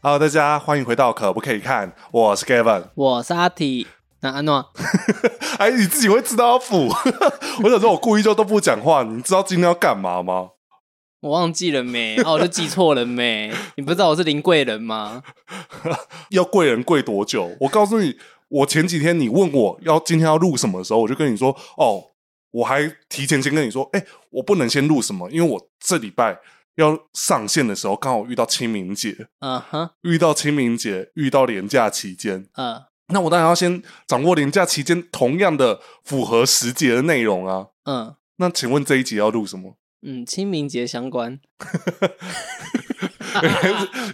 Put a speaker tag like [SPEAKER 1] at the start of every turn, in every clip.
[SPEAKER 1] Hello，大家欢迎回到可不可以看？我是 Gavin。
[SPEAKER 2] 我是阿体，那安诺，啊
[SPEAKER 1] 哎，你自己会知道要补。 我想说，我故意就都不讲话。你知道今天要干嘛吗？
[SPEAKER 2] 我忘记 了没？哦，我就记错了没？你不知道我是林贵人吗？
[SPEAKER 1] 要贵人贵多久？我告诉你，我前几天你问我要今天要录什么的时候，我就跟你说，哦，我还提前先跟你说，哎，我不能先录什么，因为我这礼拜要上线的时候刚好遇到清明节，
[SPEAKER 2] 嗯哼，
[SPEAKER 1] 遇到清明节，遇到年假期间，
[SPEAKER 2] 嗯
[SPEAKER 1] 那我当然要先掌握年假期间同样的符合时节的内容啊。
[SPEAKER 2] 嗯
[SPEAKER 1] 那请问这一集要录什 么？
[SPEAKER 2] 嗯，清明节相关，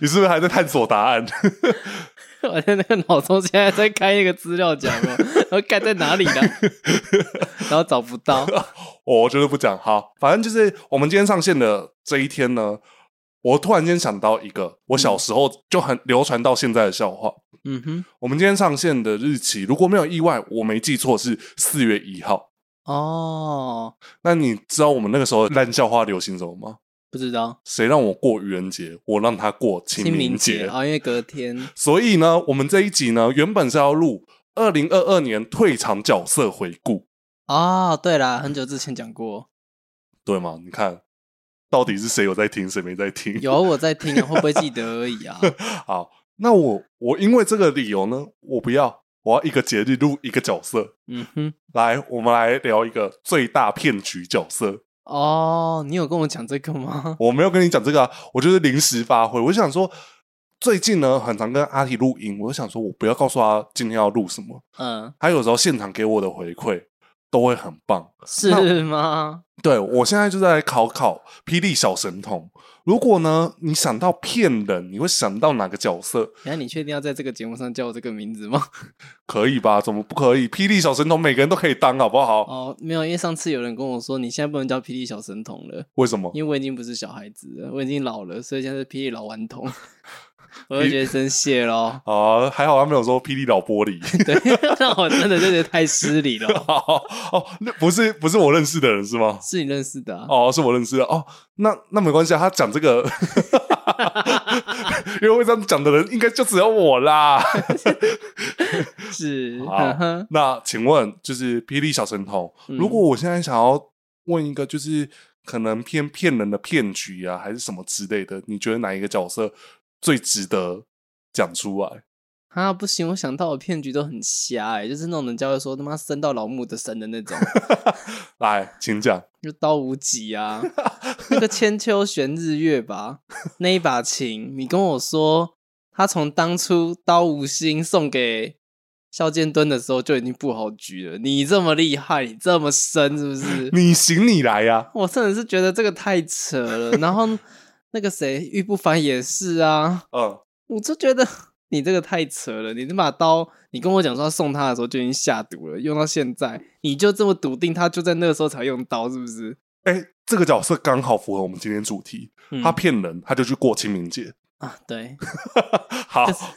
[SPEAKER 1] 你是不是还在探索答案？
[SPEAKER 2] 我在那个脑中现在在开那个资料夹嘛，然后盖在哪里 呢？然后找不到，
[SPEAKER 1] 哦我觉得不讲好，反正就是我们今天上线的这一天呢，我突然间想到一个我小时候就很流传到现在的笑话。
[SPEAKER 2] 嗯哼，
[SPEAKER 1] 我们今天上线的日期，如果没有意外，我没记错是四月一号。
[SPEAKER 2] 哦，
[SPEAKER 1] 那你知道我们那个时候烂笑话流行什么吗？
[SPEAKER 2] 不知道
[SPEAKER 1] 谁让我过愚人节，我让他过清明节。
[SPEAKER 2] 啊、哦，因为隔天，
[SPEAKER 1] 所以呢，我们这一集呢，原本是要录二零二二年退场角色回顾，
[SPEAKER 2] 哦，对啦，很久之前讲过，
[SPEAKER 1] 对吗？你看，到底是谁有在听，谁没在听？
[SPEAKER 2] 有我在听啊，会不会记得而已 啊？
[SPEAKER 1] 好，那我我因为这个理由呢，我不要，我要一个节日录一个角色。
[SPEAKER 2] 嗯哼，
[SPEAKER 1] 来，我们来聊一个最大骗局角色。
[SPEAKER 2] 哦，你有跟我讲这个吗？
[SPEAKER 1] 我没有跟你讲这个、啊，我就是临时发挥。我想说，最近呢，很常跟阿提录音，我就想说我不要告诉他今天要录什么，
[SPEAKER 2] 嗯，
[SPEAKER 1] 他有时候现场给我的回馈都会很棒。
[SPEAKER 2] 是吗？
[SPEAKER 1] 对我现在就在考考霹雳小神童。如果呢，你想到骗人，你会想到哪个角色？
[SPEAKER 2] 等一下你确定要在这个节目上叫我这个名字吗？
[SPEAKER 1] 可以吧？怎么不可以？霹雳小神童每个人都可以当，好不好？
[SPEAKER 2] 哦，没有，因为上次有人跟我说你现在不能叫霹雳小神童了，
[SPEAKER 1] 为什么？
[SPEAKER 2] 因为我已经不是小孩子了，我已经老了，所以现在是霹雳老顽童， 我就觉得生谢咯。
[SPEAKER 1] 啊，还好他没有说霹雳老玻璃。
[SPEAKER 2] 对， 那我真的就觉得太失礼了。
[SPEAKER 1] 哦，那不是不是我认识的人是吗？
[SPEAKER 2] 是你认识的、啊、
[SPEAKER 1] 哦，是我认识的哦，那那没关系啊。他讲这个， 因为会这样讲的人应该就只有我啦。
[SPEAKER 2] 是，
[SPEAKER 1] 好
[SPEAKER 2] 呵呵
[SPEAKER 1] 那请问，就是霹雳小神童，
[SPEAKER 2] 嗯
[SPEAKER 1] 如果我现在想要问一个，就是可能偏骗人的骗局啊，还是什么之类的，你觉得哪一个角色最值得讲出来？
[SPEAKER 2] 啊，不行，我想到的骗局都很瞎哎、就是那种人家会说他妈生到老母的神的那种，
[SPEAKER 1] 来，请讲。
[SPEAKER 2] 就刀无极啊， 那个千秋玄日月吧，那一把琴，你跟我说，他从当初刀无心送给萧剑敦的时候就已经布好局了。你这么厉害，你这么深，是不是？
[SPEAKER 1] 你行你来呀、
[SPEAKER 2] 我真的是觉得这个太扯了。然后那个谁，玉不凡也是啊，
[SPEAKER 1] 嗯，
[SPEAKER 2] 我就觉得你这个太扯了。你这把刀，你跟我讲说要送他的时候就已经下毒了，用到现在，你就这么笃定他就在那个时候才用刀，是不是？
[SPEAKER 1] 哎、这个角色刚好符合我们今天主题。
[SPEAKER 2] 嗯
[SPEAKER 1] 他骗人，他就去过清明节。
[SPEAKER 2] 啊，对，
[SPEAKER 1] 好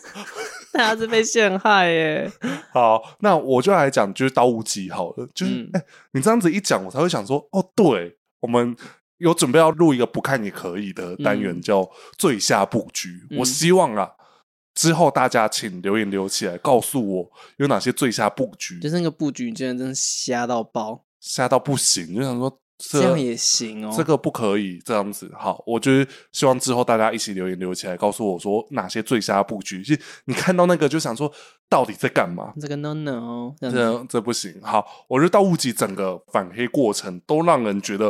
[SPEAKER 2] 大家是被陷害耶。
[SPEAKER 1] 好，那我就来讲，就是刀无极好了。就是、
[SPEAKER 2] 嗯
[SPEAKER 1] 哎你这样子一讲，我才会想说，哦，对，我们有准备要录一个不看也可以的单元，
[SPEAKER 2] 嗯
[SPEAKER 1] 叫“最下布局”
[SPEAKER 2] 嗯
[SPEAKER 1] 我希望啊，之后大家请留言留起来，告诉我有哪些最下布局，
[SPEAKER 2] 就是那个布局，居然真的瞎到爆，
[SPEAKER 1] 吓到不行，就想说
[SPEAKER 2] 这样也行哦。
[SPEAKER 1] 这个不可以这样子。好，我就是希望之后大家一起留言留起来，告诉我说哪些最佳布局。是你看到那个就想说，到底在干嘛？
[SPEAKER 2] 这个 no no，哦这样子
[SPEAKER 1] 这这不行。好，我觉得盗物集整个反黑过程都让人觉得，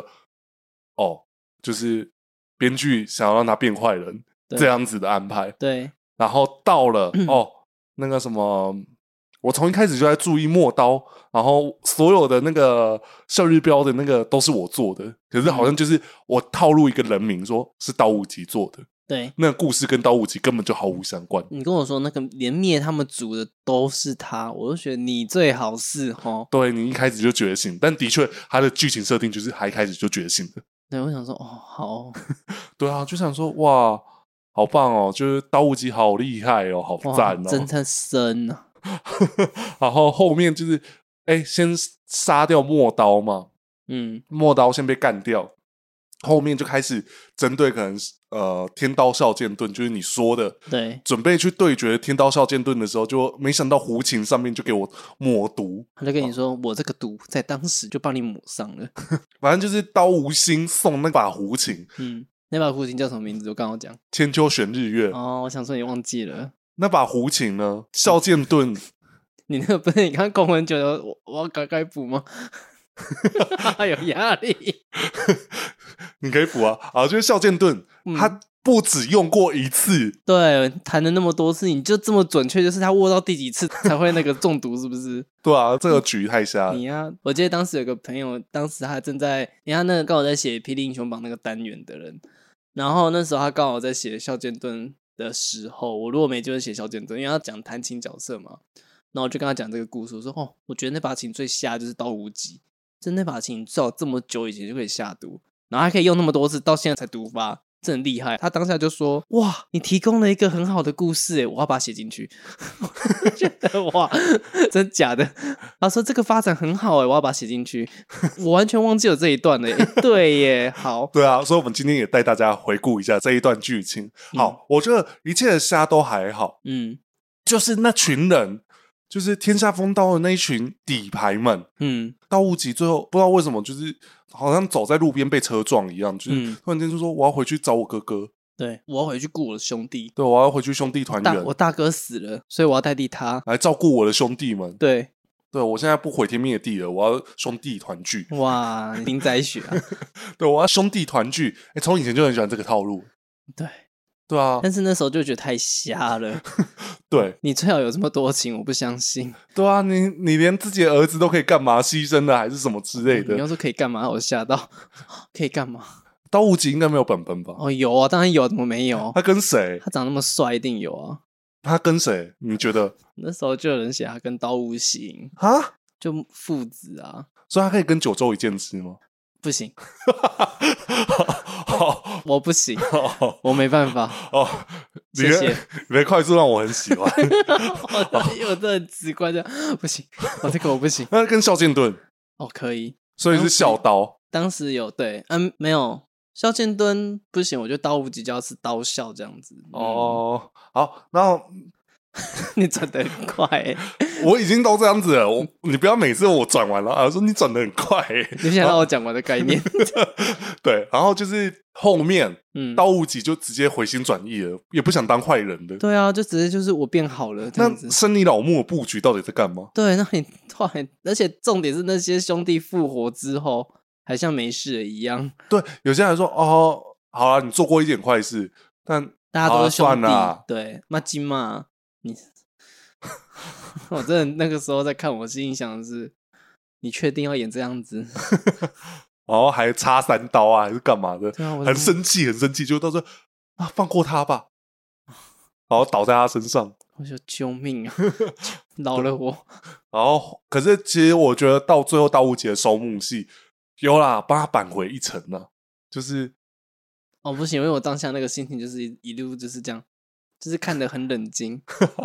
[SPEAKER 1] 哦，就是编剧想要让他变坏人
[SPEAKER 2] 对
[SPEAKER 1] 这样子的安排。
[SPEAKER 2] 对，
[SPEAKER 1] 然后到了、哦，那个什么，我从一开始就在注意陌刀，然后所有的那个向日标的那个都是我做的，可是好像就是我套路一个人名，说是刀武吉做的，
[SPEAKER 2] 对
[SPEAKER 1] 那个故事跟刀武吉根本就毫无相关。
[SPEAKER 2] 你跟我说那个连灭他们组的都是他，我就觉得你最好是哦。
[SPEAKER 1] 对你一开始就觉醒，但的确它的剧情设定就是还一开始就觉醒的。
[SPEAKER 2] 对，我想说哦，好哦
[SPEAKER 1] 对啊，就想说哇，好棒哦，就是刀武吉好厉害哦，好
[SPEAKER 2] 哇，
[SPEAKER 1] 赞哦，
[SPEAKER 2] 真的深啊。
[SPEAKER 1] 然后后面就是哎、先杀掉陌刀嘛，
[SPEAKER 2] 嗯
[SPEAKER 1] 陌刀先被干掉，后面就开始针对可能呃天刀笑剑盾，就是你说的，
[SPEAKER 2] 对，
[SPEAKER 1] 准备去对决天刀笑剑盾的时候，就没想到胡琴上面就给我抹毒，
[SPEAKER 2] 他就跟你说，我这个毒在当时就帮你抹上了。
[SPEAKER 1] 反正就是刀无心送那把胡琴，
[SPEAKER 2] 嗯，那把胡琴叫什么名字？我刚刚讲。
[SPEAKER 1] 千秋玄日月、
[SPEAKER 2] 哦，我想说你忘记了，
[SPEAKER 1] 那把胡琴呢，笑剑盾
[SPEAKER 2] 你那个不是你刚公文久了，我我要赶快补吗？ 有压力。
[SPEAKER 1] 你可以补啊，啊，就是笑剑盾，
[SPEAKER 2] 嗯
[SPEAKER 1] 他不只用过一次，
[SPEAKER 2] 对，谈了那么多次，你就这么准确，就是他握到第几次才会那个中毒，是不是？
[SPEAKER 1] 对啊，这个局太瞎了
[SPEAKER 2] 你，呀、我记得当时有个朋友，当时他正在，因为他那个刚好在写《霹雳英雄榜》那个单元的人，然后那时候他刚好在写肖剑盾的时候，我如果没就是写肖剑盾，因为他讲弹琴角色嘛，然后我就跟他讲这个故事，我说哦，我觉得那把琴最瞎就是刀无极，就那把琴至少这么久以前就可以下毒，然后还可以用那么多次，到现在才毒发。真很厉害，他当下就说：“哇，你提供了一个很好的故事，诶，欸我要把它写进去。”我觉得 哇， 真假的？他说这个发展很好哎、我要把它写进去。 我完全忘记有这一段了、欸。对耶，好，
[SPEAKER 1] 对啊，所以我们今天也带大家回顾一下这一段剧情。好，我觉得一切的瞎都还好，
[SPEAKER 2] 嗯
[SPEAKER 1] 就是那群人，就是天下风刀的那一群底牌们，
[SPEAKER 2] 嗯
[SPEAKER 1] 到无极最后不知道为什么，就是好像走在路边被车撞一样，就是
[SPEAKER 2] 嗯
[SPEAKER 1] 突然间就说我要回去找我哥哥，
[SPEAKER 2] 对，我要回去顾我的兄弟，
[SPEAKER 1] 对，我要回去兄弟团
[SPEAKER 2] 大
[SPEAKER 1] 圆
[SPEAKER 2] 我，大哥死了，所以我要代替他。
[SPEAKER 1] 来照顾我的兄弟们。
[SPEAKER 2] 对，
[SPEAKER 1] 对我现在不毁天灭地了，我要兄弟团聚，
[SPEAKER 2] 哇，林仔雪啊，
[SPEAKER 1] 对我要兄弟团聚。哎，从以前就很喜欢这个套路，
[SPEAKER 2] 对，
[SPEAKER 1] 对啊，
[SPEAKER 2] 但是那时候就觉得太瞎了。
[SPEAKER 1] 对
[SPEAKER 2] 你最好有这么多情，我不相信。
[SPEAKER 1] 对啊，你你连自己的儿子都可以干嘛牺牲了，还是什么之类
[SPEAKER 2] 你
[SPEAKER 1] 的
[SPEAKER 2] 要？说可以干嘛，我吓到， 可以干嘛？
[SPEAKER 1] 刀无极应该没有本本吧？
[SPEAKER 2] 哦，有啊，当然有，怎么 没有？
[SPEAKER 1] 他跟谁？
[SPEAKER 2] 他长那么帅，一定有啊。
[SPEAKER 1] 他跟谁？你觉得
[SPEAKER 2] 那时候就有人写他跟刀无形，
[SPEAKER 1] 啊？
[SPEAKER 2] 就父子啊，
[SPEAKER 1] 所以他可以跟九州一剑之吗？
[SPEAKER 2] 不行，
[SPEAKER 1] 好
[SPEAKER 2] 我不行，
[SPEAKER 1] 好好
[SPEAKER 2] 我没办法。
[SPEAKER 1] 哦，你的
[SPEAKER 2] 谢谢
[SPEAKER 1] 你的快速让我很喜 欢。
[SPEAKER 2] 我的我的很直观的，不行，我这个我不行。
[SPEAKER 1] 那跟笑剑盾，
[SPEAKER 2] 哦，可以。
[SPEAKER 1] 所以是笑刀
[SPEAKER 2] 当时有对，嗯，没有萧剑敦不行，我就刀无极就要是刀笑这样子。嗯，
[SPEAKER 1] 哦。好，然后
[SPEAKER 2] 你转的很快欸、
[SPEAKER 1] 我已经都这样子了，我你不要每次我转完了啊，说你转的很快、 欸，
[SPEAKER 2] 你想让我讲完的概
[SPEAKER 1] 哦
[SPEAKER 2] 念？
[SPEAKER 1] 对。然后就是后面
[SPEAKER 2] 嗯，
[SPEAKER 1] 刀无极就直接回心转意了，也不想当坏人的。
[SPEAKER 2] 对啊，就直接就是我变好了这样子
[SPEAKER 1] 那。生你老木的布局到底在干嘛？
[SPEAKER 2] 对，那你突然，而且重点是那些兄弟复活之后，还像没事了一样，
[SPEAKER 1] 对，有些人说哦，好啊，你做过一点坏事，但
[SPEAKER 2] 大家
[SPEAKER 1] 好
[SPEAKER 2] 都
[SPEAKER 1] 啊
[SPEAKER 2] 是兄
[SPEAKER 1] 算
[SPEAKER 2] 弟。
[SPEAKER 1] 啦
[SPEAKER 2] 对，那金嘛，你， 我真的那个时候在看，我心里想的是，你确定要演这样子？
[SPEAKER 1] 然后哦还插三刀啊，还是干嘛的？
[SPEAKER 2] 对啊，我
[SPEAKER 1] 很
[SPEAKER 2] 怎么
[SPEAKER 1] 生气，很生气，就到时候啊，放过他 吧，然后倒在他身上。
[SPEAKER 2] 我说救 命啊！饶了我，
[SPEAKER 1] 然后，可是其实我觉得到最后大无极的收幕戏，有啦，帮他扳回一城呢、就是
[SPEAKER 2] 哦不行，因为我当下那个心情就是一一路就是这样，就是看得很冷 静。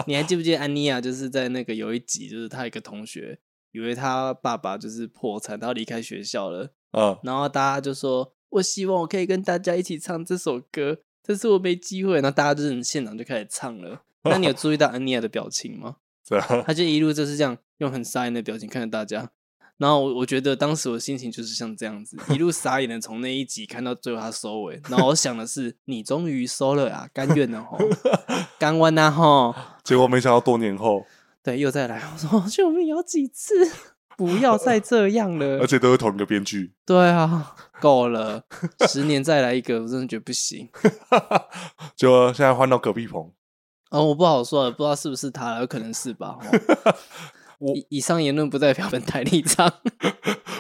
[SPEAKER 2] 你还记不记得安妮亚就是在那个有一集，就是她一个同学以为她爸爸就是破产，她要离开学校了，
[SPEAKER 1] 嗯，
[SPEAKER 2] 然后大家就说：“我希望我可以跟大家一起唱这首歌，这是我没机会。”然后大家就是现场就开始唱了。那你有注意到安妮亚的表情吗？
[SPEAKER 1] 这样
[SPEAKER 2] 他就一路就是这样用很傻眼的表情看着大家。然后我我觉得当时我心情就是像这样子，一路傻眼的从那一集看到最后他收尾。然后我想的是，你终于收了啊，甘愿了吼，甘愿啊吼，
[SPEAKER 1] 结果没想到多年后，
[SPEAKER 2] 对，又再来。我说救命，有几次？ 不要再这样
[SPEAKER 1] 而
[SPEAKER 2] 了。
[SPEAKER 1] 且都是同一个编剧，
[SPEAKER 2] 对啊，够了，十年再来一个，我真的觉得不行。
[SPEAKER 1] 就现在换到隔壁棚。
[SPEAKER 2] 哦，我不好说了，不知道是不是他了，有可能是吧。吼
[SPEAKER 1] 我
[SPEAKER 2] 以以上言论不代表本台立场。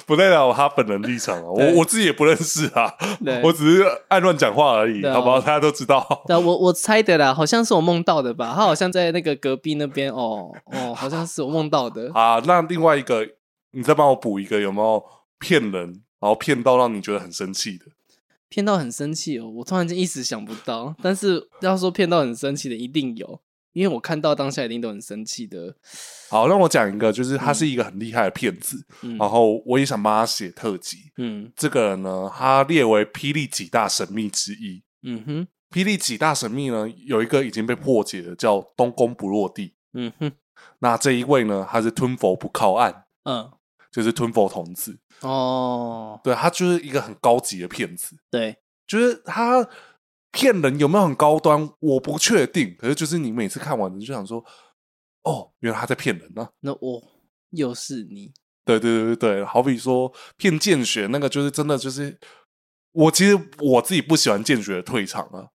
[SPEAKER 1] 不代表他本人立场啊，我
[SPEAKER 2] 对
[SPEAKER 1] 我自己也不认识啊
[SPEAKER 2] 对，
[SPEAKER 1] 我只是爱乱讲话而已，
[SPEAKER 2] 对啊
[SPEAKER 1] 好不好？大家都知道。
[SPEAKER 2] 对啊，我我猜的啦，好像是我梦到的吧？他好像在那个隔壁那边，哦哦，好像是我梦到的。
[SPEAKER 1] 啊，那另外一个，你再帮我补一个，有没有骗人，然后骗到让你觉得很生气的？
[SPEAKER 2] 骗到很生气哦，我突然间一时想不到，但是要说骗到很生气的，一定有，因为我看到当下一定都很生气的。
[SPEAKER 1] 好，让我讲一个，就是他是一个很厉害的骗子，
[SPEAKER 2] 嗯
[SPEAKER 1] 然后我也想帮他写特辑。
[SPEAKER 2] 嗯
[SPEAKER 1] 这个人呢，他列为霹雳几大神秘之一。
[SPEAKER 2] 嗯哼
[SPEAKER 1] 霹雳几大神秘呢，有一个已经被破解的，叫东宫不落地。
[SPEAKER 2] 嗯哼
[SPEAKER 1] 那这一位呢，他是吞佛不靠岸，
[SPEAKER 2] 嗯
[SPEAKER 1] 就是吞佛童子。
[SPEAKER 2] 哦，
[SPEAKER 1] 对他就是一个很高级的骗子，
[SPEAKER 2] 对，
[SPEAKER 1] 就是他骗人有没有很高端，我不确定。可是就是你每次看完，你就想说，哦，原来他在骗人呢、
[SPEAKER 2] 那我又是你，
[SPEAKER 1] 对对对对对，好比说骗见血那个，就是真的就是我其实我自己不喜欢见血的退场啊，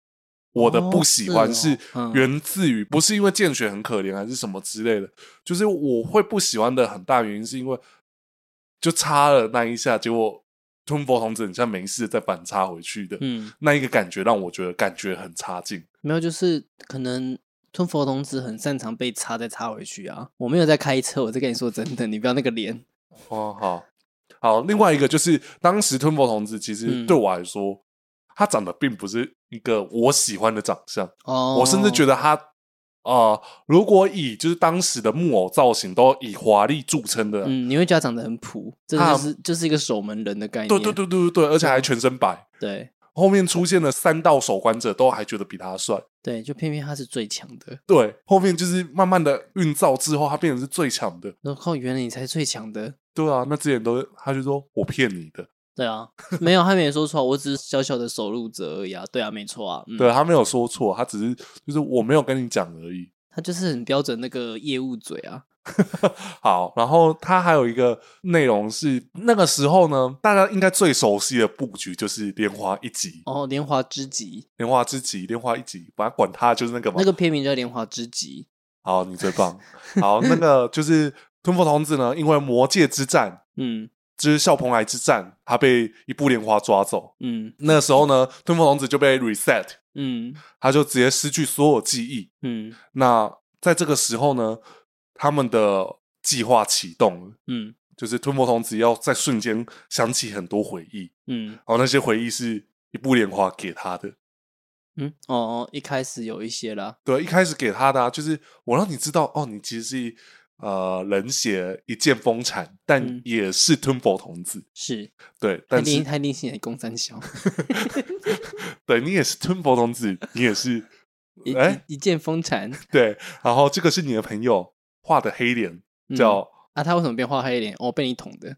[SPEAKER 1] 我的
[SPEAKER 2] 哦
[SPEAKER 1] 不喜欢
[SPEAKER 2] 是哦
[SPEAKER 1] 是
[SPEAKER 2] 嗯
[SPEAKER 1] 源自于、不是因为见血很可怜还是什么之类的，就是我会不喜欢的很大原因是因为就插了那一下，结果吞佛童子很像没事再反插回去的、
[SPEAKER 2] 嗯，
[SPEAKER 1] 那一个感觉，让我觉得感觉很差劲。
[SPEAKER 2] 没有，就是可能吞佛童子很擅长被插再插回去啊。我没有在开车，我在跟你说真的，你不要那个脸。
[SPEAKER 1] 哦，好好。另外一个就是，当时吞佛童子其实
[SPEAKER 2] 嗯
[SPEAKER 1] 对我来说，他长得并不是一个我喜欢的长相，
[SPEAKER 2] 哦，
[SPEAKER 1] 我甚至觉
[SPEAKER 2] 得，
[SPEAKER 1] 得他呃，如果以就是当时的木偶造型都以华丽著称的，
[SPEAKER 2] 嗯，你会觉得他长得很普，这
[SPEAKER 1] 他
[SPEAKER 2] 就是就是一个守门人的概念。
[SPEAKER 1] 啊对对对对对对，而且还全身白。
[SPEAKER 2] 对
[SPEAKER 1] 后面出现了三道守关者，都还觉得比他帅。
[SPEAKER 2] 对，就偏偏他是最强的。
[SPEAKER 1] 对，后面就是慢慢的运造之后，他变成是最强的。
[SPEAKER 2] 然后靠，原来你才是最强的。
[SPEAKER 1] 对啊，那之前都他就说我骗你的，
[SPEAKER 2] 对啊，没有，他没说错，我只是小小的守路者而已啊。对啊，没错啊，嗯，
[SPEAKER 1] 对他没有说错，他只是就是我没有跟你讲而已。
[SPEAKER 2] 他就是很标准那个业务嘴啊。
[SPEAKER 1] 好，然后它还有一个内容是那个时候呢，大家应该最熟悉的布局就是莲花一级、
[SPEAKER 2] 哦，莲花之极，
[SPEAKER 1] 莲花之极、莲花一级，反正管它就是那个嘛。
[SPEAKER 2] 那个片名叫莲花之极。
[SPEAKER 1] 好，你最棒。好，那个就是吞佛童子呢，因为魔界之战，
[SPEAKER 2] 嗯
[SPEAKER 1] 就是笑蓬莱之战，他被一部莲花抓走。
[SPEAKER 2] 嗯
[SPEAKER 1] 那时候呢，吞佛童子就被 reset，
[SPEAKER 2] 嗯
[SPEAKER 1] 他就直接失去所有记忆。
[SPEAKER 2] 嗯
[SPEAKER 1] 那在这个时候呢，他们的计划启动了。
[SPEAKER 2] 嗯
[SPEAKER 1] 就是吞佛童子要在瞬间想起很多回忆，
[SPEAKER 2] 嗯
[SPEAKER 1] 然后那些回忆是一部莲花给他的。
[SPEAKER 2] 嗯，哦哦，一开始有一些啦。
[SPEAKER 1] 对，一开始给他的、啊、就是我让你知道，哦，你其实是呃冷血一剑风禅，但
[SPEAKER 2] 嗯
[SPEAKER 1] 也是吞佛童子。
[SPEAKER 2] 是，
[SPEAKER 1] 对，
[SPEAKER 2] 他
[SPEAKER 1] 但
[SPEAKER 2] 定
[SPEAKER 1] 是
[SPEAKER 2] 他定性也攻三小，
[SPEAKER 1] 对你也是吞佛童子，你也是
[SPEAKER 2] 一
[SPEAKER 1] 哎
[SPEAKER 2] 一一剑封禅
[SPEAKER 1] 对。然后这个是你的朋友画的黑脸，
[SPEAKER 2] 嗯
[SPEAKER 1] 叫、
[SPEAKER 2] 啊！他为什么变画黑脸？哦，被你捅的，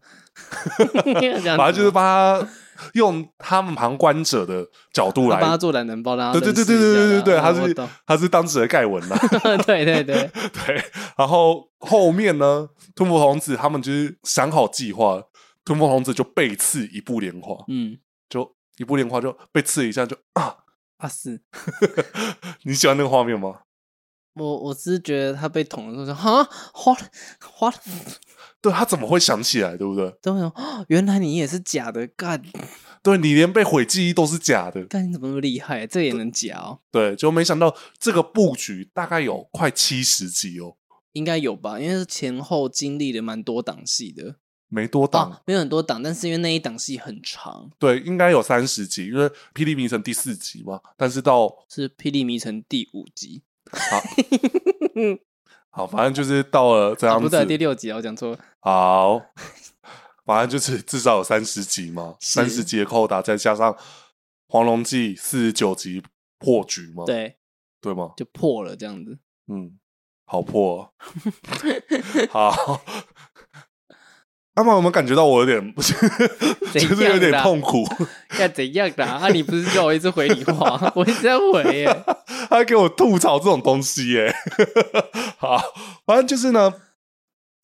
[SPEAKER 2] 这样
[SPEAKER 1] 反正
[SPEAKER 2] 子
[SPEAKER 1] 就是
[SPEAKER 2] 吗
[SPEAKER 1] 把他用他们旁观者的角度
[SPEAKER 2] 他
[SPEAKER 1] 来
[SPEAKER 2] 帮。他做懒人包，然后
[SPEAKER 1] 对对对对对对对对，他是
[SPEAKER 2] 是
[SPEAKER 1] 他是当时的盖文啦、
[SPEAKER 2] 对对对，
[SPEAKER 1] 对，然后后面呢，吞佛童子他们就是想好计划，吞佛童子就被刺一步莲花，
[SPEAKER 2] 嗯，
[SPEAKER 1] 就一步莲花就被刺一下就啊，
[SPEAKER 2] 啊是，
[SPEAKER 1] 你喜欢那个画面吗？
[SPEAKER 2] 我我只是觉得他被捅的时候说哈花花，
[SPEAKER 1] 对他怎么会想起来，对不对？
[SPEAKER 2] 都会说哦原来你也是假的，干
[SPEAKER 1] 对你连被毁记忆都是假的，
[SPEAKER 2] 干你怎么那么厉害？这也能假哦？
[SPEAKER 1] 对，就没想到这个布局大概有快七十集哦，
[SPEAKER 2] 应该有吧，因为前后经历了蛮多档戏的
[SPEAKER 1] 没多档，
[SPEAKER 2] 啊，没有很多档，但是因为那一档戏很长，
[SPEAKER 1] 对，应该有三十集，因为《霹雳迷城》第四集嘛，但是到
[SPEAKER 2] 是《霹雳迷城》第五集，
[SPEAKER 1] 好，反正就是到了这
[SPEAKER 2] 啊
[SPEAKER 1] 样
[SPEAKER 2] 不
[SPEAKER 1] 子，哦
[SPEAKER 2] 对，第六集啊，我讲错了，
[SPEAKER 1] 好， 反正就是至少有三十集嘛，
[SPEAKER 2] 是
[SPEAKER 1] 三十集的扣打，再加上《黄龙记》四十九集破局嘛，
[SPEAKER 2] 对，
[SPEAKER 1] 对吗？
[SPEAKER 2] 就破了这样子。
[SPEAKER 1] 嗯，好破、哦， 好。阿妈，有没有感觉到我有点，就是有点
[SPEAKER 2] 啦
[SPEAKER 1] 痛苦？
[SPEAKER 2] 要怎样啦？啊，你不是叫我一直回你话， 我一直在回耶。
[SPEAKER 1] 他给我吐槽这种东西耶、 好，反正就是呢，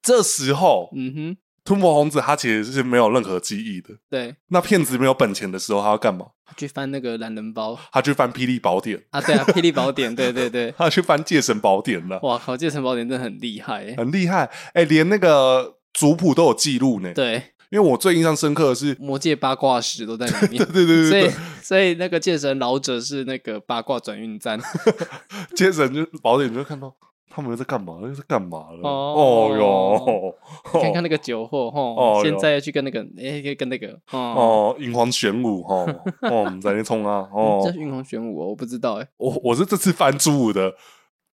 [SPEAKER 1] 这时候
[SPEAKER 2] 嗯哼，
[SPEAKER 1] 吞魔红子他其实是没有任何记忆的。
[SPEAKER 2] 对，
[SPEAKER 1] 那骗子没有本钱的时候，他要干嘛？
[SPEAKER 2] 去翻那个懒人包
[SPEAKER 1] 他去翻《霹雳宝典》。
[SPEAKER 2] 啊，对啊，《霹雳宝典》，对对对，
[SPEAKER 1] 他去翻《戒神宝典》了，
[SPEAKER 2] 哇靠，这城宝典真的很厉害耶。
[SPEAKER 1] 很厉害。哎、连那个族谱都有记录呢。
[SPEAKER 2] 对，
[SPEAKER 1] 因为我最印象深刻的是，。
[SPEAKER 2] 魔界八卦石都在里面
[SPEAKER 1] 对 对对
[SPEAKER 2] 所以
[SPEAKER 1] 对，，
[SPEAKER 2] 所以那个剑神老者是那个八卦转运站，
[SPEAKER 1] 哦戒神就宝典就看到他们又在干嘛，又在干嘛了。
[SPEAKER 2] 哦
[SPEAKER 1] 哦哟，
[SPEAKER 2] 看看那个酒货
[SPEAKER 1] 哦
[SPEAKER 2] 吼，现在要去跟那个，哎、跟那个，哦，
[SPEAKER 1] 哦，银皇玄武哦，哦，我们在那冲啊，
[SPEAKER 2] 嗯
[SPEAKER 1] 哦
[SPEAKER 2] 这，是运红玄武哦，我不知道哎、
[SPEAKER 1] 我我是这次翻朱武的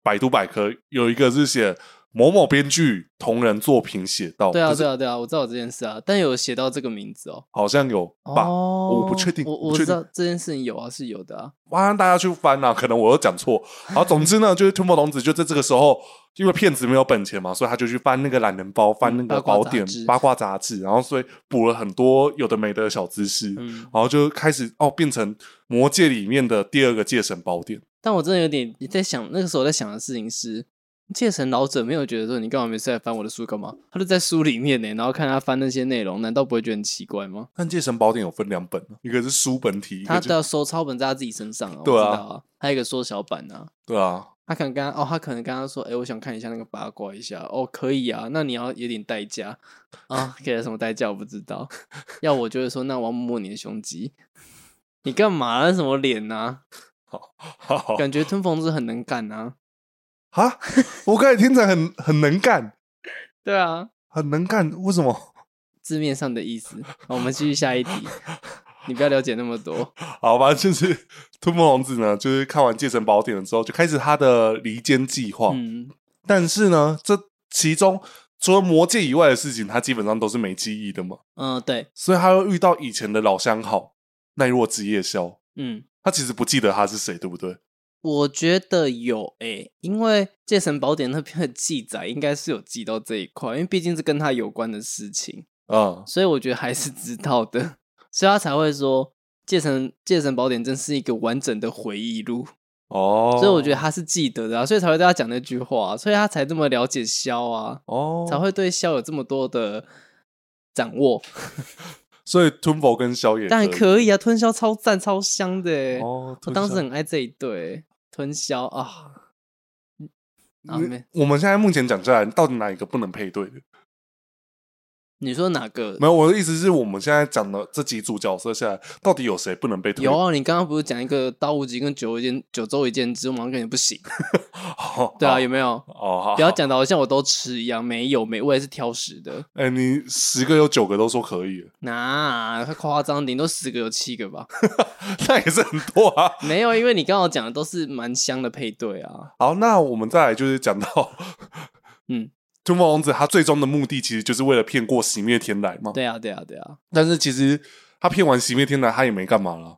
[SPEAKER 1] 百度百科有一个是写某某编剧同人作品写到，
[SPEAKER 2] 对啊，
[SPEAKER 1] 哦可是
[SPEAKER 2] 对啊，对啊，我知道我这件事啊，但有写到这个名字哦。
[SPEAKER 1] 好像有吧，
[SPEAKER 2] 哦，
[SPEAKER 1] 我不确定
[SPEAKER 2] 我
[SPEAKER 1] 不
[SPEAKER 2] 我
[SPEAKER 1] 确
[SPEAKER 2] 知
[SPEAKER 1] 定
[SPEAKER 2] 道这件事情有啊，是有的啊。
[SPEAKER 1] 我让大家去翻啊，可能我又讲错。好，总之呢，就是吞破童子就在这个时候，因为骗子没有本钱嘛，所以他就去翻那个懒人包，翻那个
[SPEAKER 2] 八卦
[SPEAKER 1] 宝
[SPEAKER 2] 杂
[SPEAKER 1] 典、
[SPEAKER 2] 志
[SPEAKER 1] 八卦杂志，然后所以补了很多有的没的小知识，
[SPEAKER 2] 嗯，
[SPEAKER 1] 然后就开始哦，变成魔界里面的第二个界神宝典。
[SPEAKER 2] 但我真的有点在想，那个时候在想的事情是，戒神老者没有觉得说你干嘛没事来翻我的书干嘛？他就在书里面呢，然后看他翻那些内容，难道不会觉得很奇怪吗？
[SPEAKER 1] 但界神宝典有分两本，一个是书本体，一
[SPEAKER 2] 他
[SPEAKER 1] 个
[SPEAKER 2] 都
[SPEAKER 1] 就
[SPEAKER 2] 要收抄本在他自己身上啊，我
[SPEAKER 1] 对啊
[SPEAKER 2] 知道啊，还有一个缩小版啊。
[SPEAKER 1] 对啊，
[SPEAKER 2] 他可能跟他哦，他可能跟他说，哎、我想看一下那个八卦一下，哦，可以啊，那你要有点代价啊，给了什么代价我不知道，要我就会说，那我要摸你的胸肌，你干嘛、那什么脸呐、
[SPEAKER 1] 好好
[SPEAKER 2] 啊？感觉吞缝子很能干啊，
[SPEAKER 1] 啊， 我刚才听着很很能干，
[SPEAKER 2] 对啊，
[SPEAKER 1] 很能干，为什么？
[SPEAKER 2] 字面上的意思。好，我们继续下一题。你不要了解那么多，
[SPEAKER 1] 好吧， 就是吞破龙子呢，就是看完《界神宝典》了之后，就开始他的离间计划。
[SPEAKER 2] 嗯，
[SPEAKER 1] 但是呢，这其中除了魔界以外的事情，他基本上都是没记忆的嘛，
[SPEAKER 2] 嗯、对，
[SPEAKER 1] 所以他又遇到以前的老相好奈若之夜宵，
[SPEAKER 2] 嗯，
[SPEAKER 1] 他其实不记得他是谁，对不对？
[SPEAKER 2] 我觉得有诶、因为《戒神宝典》那边的记载应该是有记到这一块，因为毕竟是跟他有关的事情，
[SPEAKER 1] 嗯，
[SPEAKER 2] 所以我觉得还是知道的，所以他才会说《戒神戒神宝典》真是一个完整的回忆录，
[SPEAKER 1] 哦，
[SPEAKER 2] 所以我觉得他是记得的啊，所以才会对他讲那句话啊、所以他才这么了解萧啊，
[SPEAKER 1] 哦，
[SPEAKER 2] 才会对萧有这么多的掌握。
[SPEAKER 1] 所以吞佛跟宵夜
[SPEAKER 2] 当然可以啊，吞霄超赞超香的欸、
[SPEAKER 1] 哦，
[SPEAKER 2] 我
[SPEAKER 1] 吞
[SPEAKER 2] 当时
[SPEAKER 1] 宵
[SPEAKER 2] 很爱这一对吞霄啊，啊
[SPEAKER 1] 你
[SPEAKER 2] 没
[SPEAKER 1] 我们现在目前讲下来，到底哪一个不能配对的？
[SPEAKER 2] 你说哪个
[SPEAKER 1] 没？有，我的意思是我们现在讲的这几组角色下来，到底有谁不能被推？
[SPEAKER 2] 有啊，你刚刚不是讲一个刀无极跟九一剑九州一剑之，我马上感觉不行。
[SPEAKER 1] 好，
[SPEAKER 2] 对啊，
[SPEAKER 1] 好
[SPEAKER 2] 有没有？
[SPEAKER 1] 哦，好，
[SPEAKER 2] 不要讲的好像我都吃一样，没有，没我也是挑食的。
[SPEAKER 1] 好。哎、你十个有九个都说可以了，
[SPEAKER 2] 那、太夸张，顶多十个有七个吧？
[SPEAKER 1] 那也是很多啊。
[SPEAKER 2] 没有，因为你刚好讲的都是蛮香的配对啊。，
[SPEAKER 1] 好，那我们再来就是讲到
[SPEAKER 2] 嗯，
[SPEAKER 1] 吞魔王子他最终的目的其实就是为了骗过熄灭天来嘛。
[SPEAKER 2] 对啊，对啊，对啊，
[SPEAKER 1] 但是其实他骗完熄灭天来，他也没干嘛啦。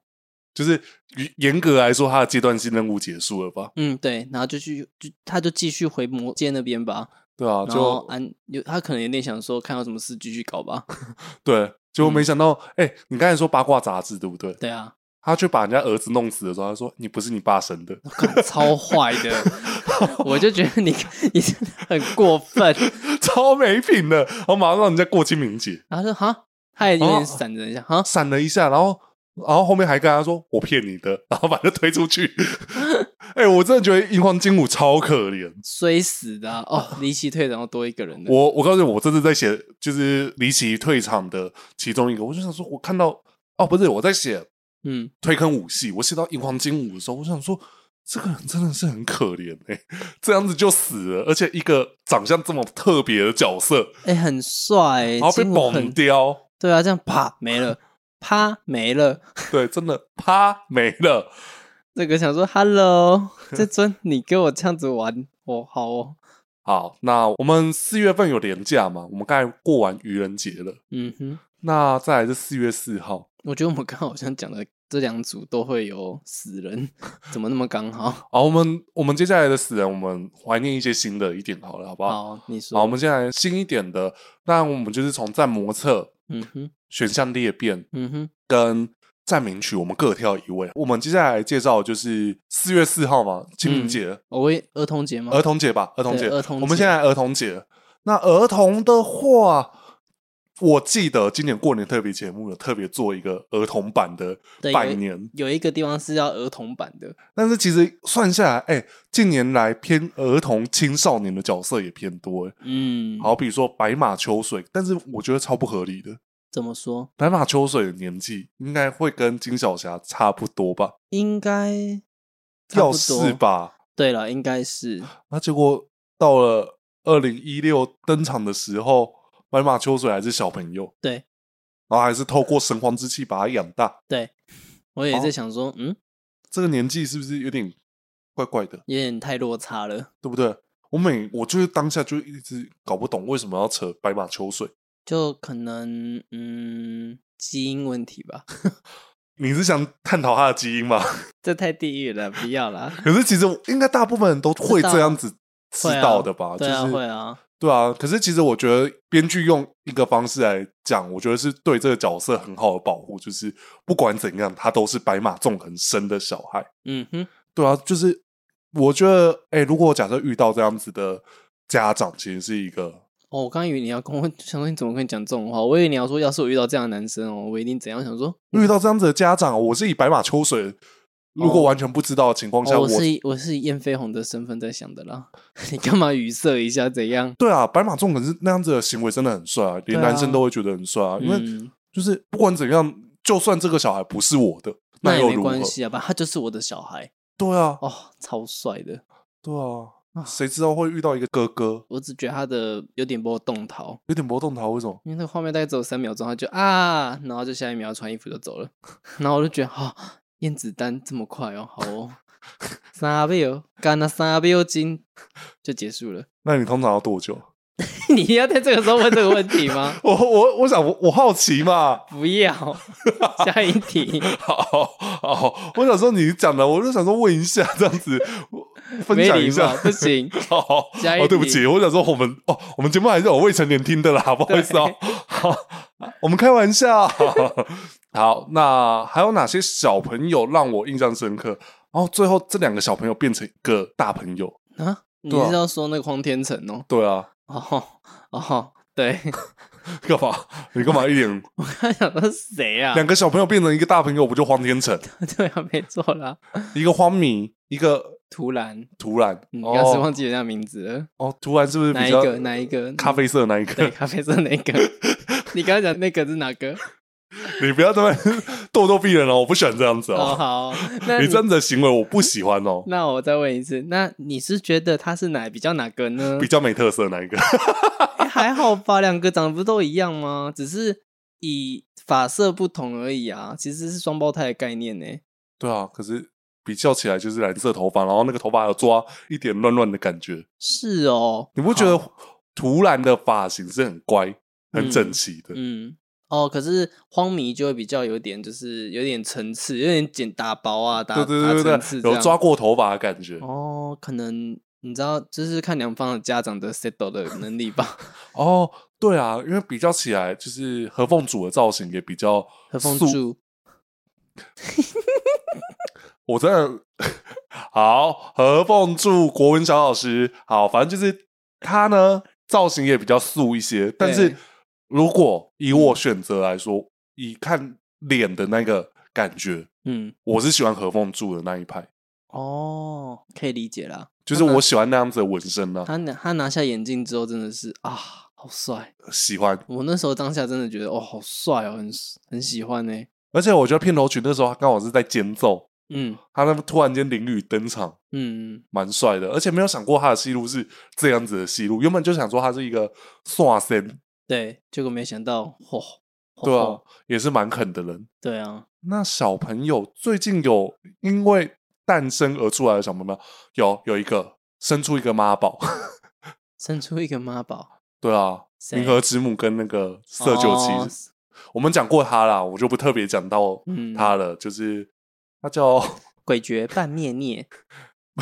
[SPEAKER 1] 就是严严格来说，他的阶段性任务结束了吧？
[SPEAKER 2] 嗯，对，然后就去，就他就继续回魔界那边吧。
[SPEAKER 1] 对啊，
[SPEAKER 2] 然后
[SPEAKER 1] 就
[SPEAKER 2] 安有他可能有点想说，看到什么事继续搞吧。
[SPEAKER 1] 对，结果
[SPEAKER 2] 嗯
[SPEAKER 1] 没想到，哎、你刚才说八卦杂志对不对？
[SPEAKER 2] 对啊，
[SPEAKER 1] 他去把人家儿子弄死的时候，他说：“你不是你爸生的。
[SPEAKER 2] 干超坏的，我就觉得你 你真的很过分。”
[SPEAKER 1] 超没品的，然后马上让人家过清明节，
[SPEAKER 2] 然后说哈，他也有
[SPEAKER 1] 哦
[SPEAKER 2] 点闪着一下哈，
[SPEAKER 1] 闪了一下，然后然后后面还跟他说：“我骗你的。”然后把他推出去。 哎、我真的觉得樱花金舞超可怜。
[SPEAKER 2] 衰死的啊、哦，离奇退然后多一个人的，
[SPEAKER 1] 我我告诉你，我这次在写就是离奇退场的其中一个，我就想说，我看到哦，不是我在写
[SPEAKER 2] 嗯，
[SPEAKER 1] 推坑武戏，我写到银黄金舞的时候，我想说，这个人真的是很可怜哎、 这样子就死了，而且一个长相这么特别的角色，
[SPEAKER 2] 哎、很帅、欸，
[SPEAKER 1] 然后被
[SPEAKER 2] 金武
[SPEAKER 1] 绑
[SPEAKER 2] 很
[SPEAKER 1] 掉，
[SPEAKER 2] 对啊，这样啪没了，啪没了，
[SPEAKER 1] 对，真的啪没了。
[SPEAKER 2] 那个想说 hello，这 尊你给我这样子玩，哦好哦，
[SPEAKER 1] 好，那我们四月份有年假嘛？我们刚才过完愚人节了，
[SPEAKER 2] 嗯哼，
[SPEAKER 1] 那再来是四月四号
[SPEAKER 2] 我觉得我们刚好像讲的这两组都会有死人，怎么那么刚好？
[SPEAKER 1] 好，我们我们接下来的死人，我们怀念一些新的一点好了，好不好？
[SPEAKER 2] 好，你说，
[SPEAKER 1] 好，我们先来新一点的，那我们就是从战模测、
[SPEAKER 2] 嗯哼，
[SPEAKER 1] 选项裂变
[SPEAKER 2] 嗯哼，
[SPEAKER 1] 跟战名曲，我们各挑一位。我们接下来介绍就是四月四号嘛，清明节、
[SPEAKER 2] 哦我也儿童节吗？
[SPEAKER 1] 儿童节吧，儿童节，
[SPEAKER 2] 对儿童节
[SPEAKER 1] 我们现在儿童节。那儿童的话，我记得今年过年特别节目有特别做一个儿童版的
[SPEAKER 2] 对有
[SPEAKER 1] 拜年，
[SPEAKER 2] 有一个地方是要儿童版的，
[SPEAKER 1] 但是其实算下来，哎、近年来偏儿童青少年的角色也偏多、哎
[SPEAKER 2] 嗯，，
[SPEAKER 1] 好比说白马秋水，但是我觉得超不合理的。
[SPEAKER 2] 怎么说？
[SPEAKER 1] 白马秋水的年纪应该会跟金小霞差不多吧？
[SPEAKER 2] 应该差
[SPEAKER 1] 要
[SPEAKER 2] 不多
[SPEAKER 1] 是？吧，
[SPEAKER 2] 对了，应该是
[SPEAKER 1] 那结果到了二零一六登场的时候，白马秋水还是小朋友，
[SPEAKER 2] 对
[SPEAKER 1] 然后还是透过神皇之气把他养大。
[SPEAKER 2] 对。我也
[SPEAKER 1] 哦
[SPEAKER 2] 在想说，嗯，
[SPEAKER 1] 这个年纪是不是有点怪怪的，
[SPEAKER 2] 有点太落差了。
[SPEAKER 1] 对不对？我每我就是当下就一直搞不懂为什么要扯白马秋水。
[SPEAKER 2] 就可能嗯，基因问题吧，
[SPEAKER 1] 你是想探讨他的基因吗？
[SPEAKER 2] 这太地狱了，不要啦。
[SPEAKER 1] 可是其实应该大部分人都会
[SPEAKER 2] 知道
[SPEAKER 1] 这样子知
[SPEAKER 2] 会啊
[SPEAKER 1] 道的吧？就
[SPEAKER 2] 对啊，
[SPEAKER 1] 是
[SPEAKER 2] 会啊，
[SPEAKER 1] 对啊，可是其实我觉得编剧用一个方式来讲，我觉得是对这个角色很好的保护，就是不管怎样，他都是白马纵横生的小孩。
[SPEAKER 2] 嗯哼，
[SPEAKER 1] 对啊，就是我觉得，哎、如果假设遇到这样子的家长，其实是一个
[SPEAKER 2] 哦，我刚以为你要跟我 想说你怎么跟你讲这种话，我以为你要说要是我遇到这样的男生哦，我一定怎样想说，
[SPEAKER 1] 遇到这样子的家长，我是以白马秋水，如果
[SPEAKER 2] 哦
[SPEAKER 1] 完全不知道的情况下，
[SPEAKER 2] 哦、
[SPEAKER 1] 我
[SPEAKER 2] 我是以我是以燕飞鸿的身份在想的啦， 你干嘛语塞一下？怎样？
[SPEAKER 1] 对啊，白马纵横是那样子的行为真的很帅啊，连
[SPEAKER 2] 对啊
[SPEAKER 1] 男生都会觉得很帅啊，因为
[SPEAKER 2] 嗯，
[SPEAKER 1] 就是不管怎样，就算这个小孩不是我的，
[SPEAKER 2] 那也
[SPEAKER 1] 又
[SPEAKER 2] 没
[SPEAKER 1] 如何
[SPEAKER 2] 关？系啊吧，他就是我的小孩
[SPEAKER 1] 对啊，
[SPEAKER 2] 哦，超帅的，
[SPEAKER 1] 对啊，
[SPEAKER 2] 啊
[SPEAKER 1] 谁知道会遇到一个哥哥
[SPEAKER 2] 我只觉得他的有点把我动桃，
[SPEAKER 1] 有点搏动他？为什么？
[SPEAKER 2] 因为那个画面大概只有三秒钟，他就啊，然后就下一秒穿衣服就走了， 然后我就觉得哈、燕子丹这么快哦，好哦，三秒，干了三秒金就结束了。
[SPEAKER 1] 那你通常要多久？
[SPEAKER 2] 你要在这个时候问这个问题吗
[SPEAKER 1] ？我我我想我我好奇嘛，
[SPEAKER 2] 不要，下一题。
[SPEAKER 1] 好好，我想说你讲的，我就想说问一下这样子，我分
[SPEAKER 2] 没
[SPEAKER 1] 享
[SPEAKER 2] 礼
[SPEAKER 1] 一下
[SPEAKER 2] 貌，。不行。
[SPEAKER 1] 好好，
[SPEAKER 2] 加一
[SPEAKER 1] 哦，对不起，我想说我们哦，我们节目还是有未成年听的啦，不好意思哦。好，我们开玩笑。 好，那还有哪些小朋友让我印象深刻？然后最后这两个小朋友变成一个大朋友，
[SPEAKER 2] 啊，你
[SPEAKER 1] 对啊
[SPEAKER 2] 是要说那个荒天成哦？
[SPEAKER 1] 对啊，
[SPEAKER 2] 哦哦， 对，
[SPEAKER 1] 干嘛？你干嘛一脸
[SPEAKER 2] 我刚想到谁啊？
[SPEAKER 1] 两个小朋友变成一个大朋友，不就荒天成？
[SPEAKER 2] 对啊，没错啦。
[SPEAKER 1] 一个荒迷，一个
[SPEAKER 2] 突然，
[SPEAKER 1] 突然。
[SPEAKER 2] 你刚嗯是
[SPEAKER 1] 哦
[SPEAKER 2] 忘记人家名字了，
[SPEAKER 1] 哦，突然是不是
[SPEAKER 2] 哪
[SPEAKER 1] 比
[SPEAKER 2] 一
[SPEAKER 1] 较
[SPEAKER 2] 个？哪一个？
[SPEAKER 1] 咖啡色那一
[SPEAKER 2] 对
[SPEAKER 1] 个？
[SPEAKER 2] 咖啡色那个？你刚刚讲那个是哪个？
[SPEAKER 1] 你不要这么 咄咄逼人哦，我不喜欢这样子
[SPEAKER 2] 哦
[SPEAKER 1] 哦。
[SPEAKER 2] 好，那
[SPEAKER 1] 你
[SPEAKER 2] 你
[SPEAKER 1] 这样子的行为我不喜欢哦，
[SPEAKER 2] 那我再问一次，那你是觉得他是哪比较哪个呢
[SPEAKER 1] 比？较没特色那一个。
[SPEAKER 2] 诶还好吧，两个长得不都一样吗？只是以发色不同而已啊，其实是双胞胎的概念呢。
[SPEAKER 1] 对啊，可是比较起来就是蓝色头发，然后那个头发还有抓一点乱乱的感觉，
[SPEAKER 2] 是哦，
[SPEAKER 1] 你不觉
[SPEAKER 2] 好
[SPEAKER 1] 得突然的发型是很乖、很整齐的？
[SPEAKER 2] 嗯，哦，可是荒迷就会比较有点，就是有点层次，有点剪打薄啊，打
[SPEAKER 1] 对对对
[SPEAKER 2] 打层
[SPEAKER 1] 对
[SPEAKER 2] 次
[SPEAKER 1] 对，
[SPEAKER 2] 这
[SPEAKER 1] 有
[SPEAKER 2] 样
[SPEAKER 1] 抓过头发的感觉。
[SPEAKER 2] 哦，可能你知道，就是看两方的家长的 settle 的能 力吧。
[SPEAKER 1] 哦，对啊，因为比较起来，就是何凤主的造型也比较
[SPEAKER 2] 何凤
[SPEAKER 1] 素。
[SPEAKER 2] 柱，
[SPEAKER 1] 我真的 好，何凤柱国文小老师，好，反正就是他呢，造型也比较素一些。但是
[SPEAKER 2] 对
[SPEAKER 1] 如果以我选择来说，以看脸的那个感觉，
[SPEAKER 2] 嗯，
[SPEAKER 1] 我是喜欢何凤柱的那一派，
[SPEAKER 2] 哦，可以理解啦。
[SPEAKER 1] 就是我喜欢那样子的纹身呢、啊，
[SPEAKER 2] 他拿他拿下眼镜之后，真的是啊，好帅！
[SPEAKER 1] 喜欢。
[SPEAKER 2] 我那时候当下真的觉得，哦，好帅哦，很很喜欢呢、
[SPEAKER 1] 而且我觉得片头曲那时候他刚好是在间奏，
[SPEAKER 2] 嗯
[SPEAKER 1] 他那么突然间淋雨登场，
[SPEAKER 2] 嗯，
[SPEAKER 1] 蛮帅的，而且没有想过他的戏路是这样子的戏路，原本就想说他是一个耍身，
[SPEAKER 2] 对，结果没想到，嚯、哦，
[SPEAKER 1] 对啊
[SPEAKER 2] 吼，
[SPEAKER 1] 也是蛮狠的人。
[SPEAKER 2] 对啊，
[SPEAKER 1] 那小朋友最近有因为诞生而出来的小朋友，有有一个生出一个妈宝，
[SPEAKER 2] 生出一个妈宝，
[SPEAKER 1] 对啊，
[SPEAKER 2] 谁
[SPEAKER 1] 银河之母跟那个色九七，
[SPEAKER 2] 哦
[SPEAKER 1] 我们讲过他啦，我就不特别讲到
[SPEAKER 2] 嗯
[SPEAKER 1] 他了，就是他叫
[SPEAKER 2] 诡谲半面孽，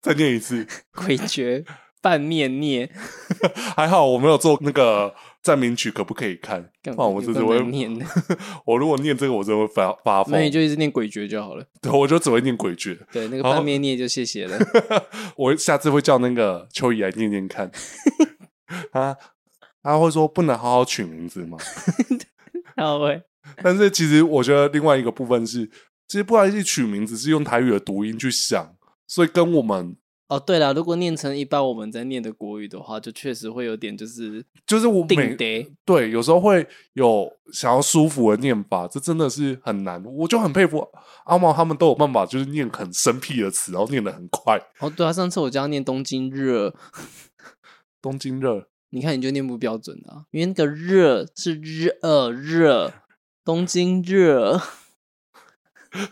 [SPEAKER 1] 再念一次，
[SPEAKER 2] 诡谲半面孽，
[SPEAKER 1] 还好我没有做那个站名曲，可不可以看？
[SPEAKER 2] 干
[SPEAKER 1] 不然我
[SPEAKER 2] 有
[SPEAKER 1] 真的
[SPEAKER 2] 够
[SPEAKER 1] 会
[SPEAKER 2] 难念的
[SPEAKER 1] 我如果念这个，我真的会发发
[SPEAKER 2] 那
[SPEAKER 1] 疯
[SPEAKER 2] 你。就一直念诡谲就好了。
[SPEAKER 1] 对，我就只会念鬼谲。
[SPEAKER 2] 对，那个
[SPEAKER 1] 好
[SPEAKER 2] 半面孽就谢谢了。
[SPEAKER 1] 我下次会叫那个秋怡来念念 看。啊，他会说不能好好取名字嘛？
[SPEAKER 2] 好喂，
[SPEAKER 1] 但是其实我觉得另外一个部分是，其实不然一取名字是用台语的读音去想，所以跟我们
[SPEAKER 2] 哦对了，如果念成一般我们在念的国语的话，就确实会有点就是
[SPEAKER 1] 就是我每
[SPEAKER 2] 定得
[SPEAKER 1] 对有时候会有想要舒服的念法，这真的是很难。我就很佩服阿毛他们都有办法，就是念很生僻的词，然后念得很快。
[SPEAKER 2] 哦对啊，上次我教念东京热，
[SPEAKER 1] 东京热，
[SPEAKER 2] 你看你就念不标准啊，因为那个呃热是热热，东京热，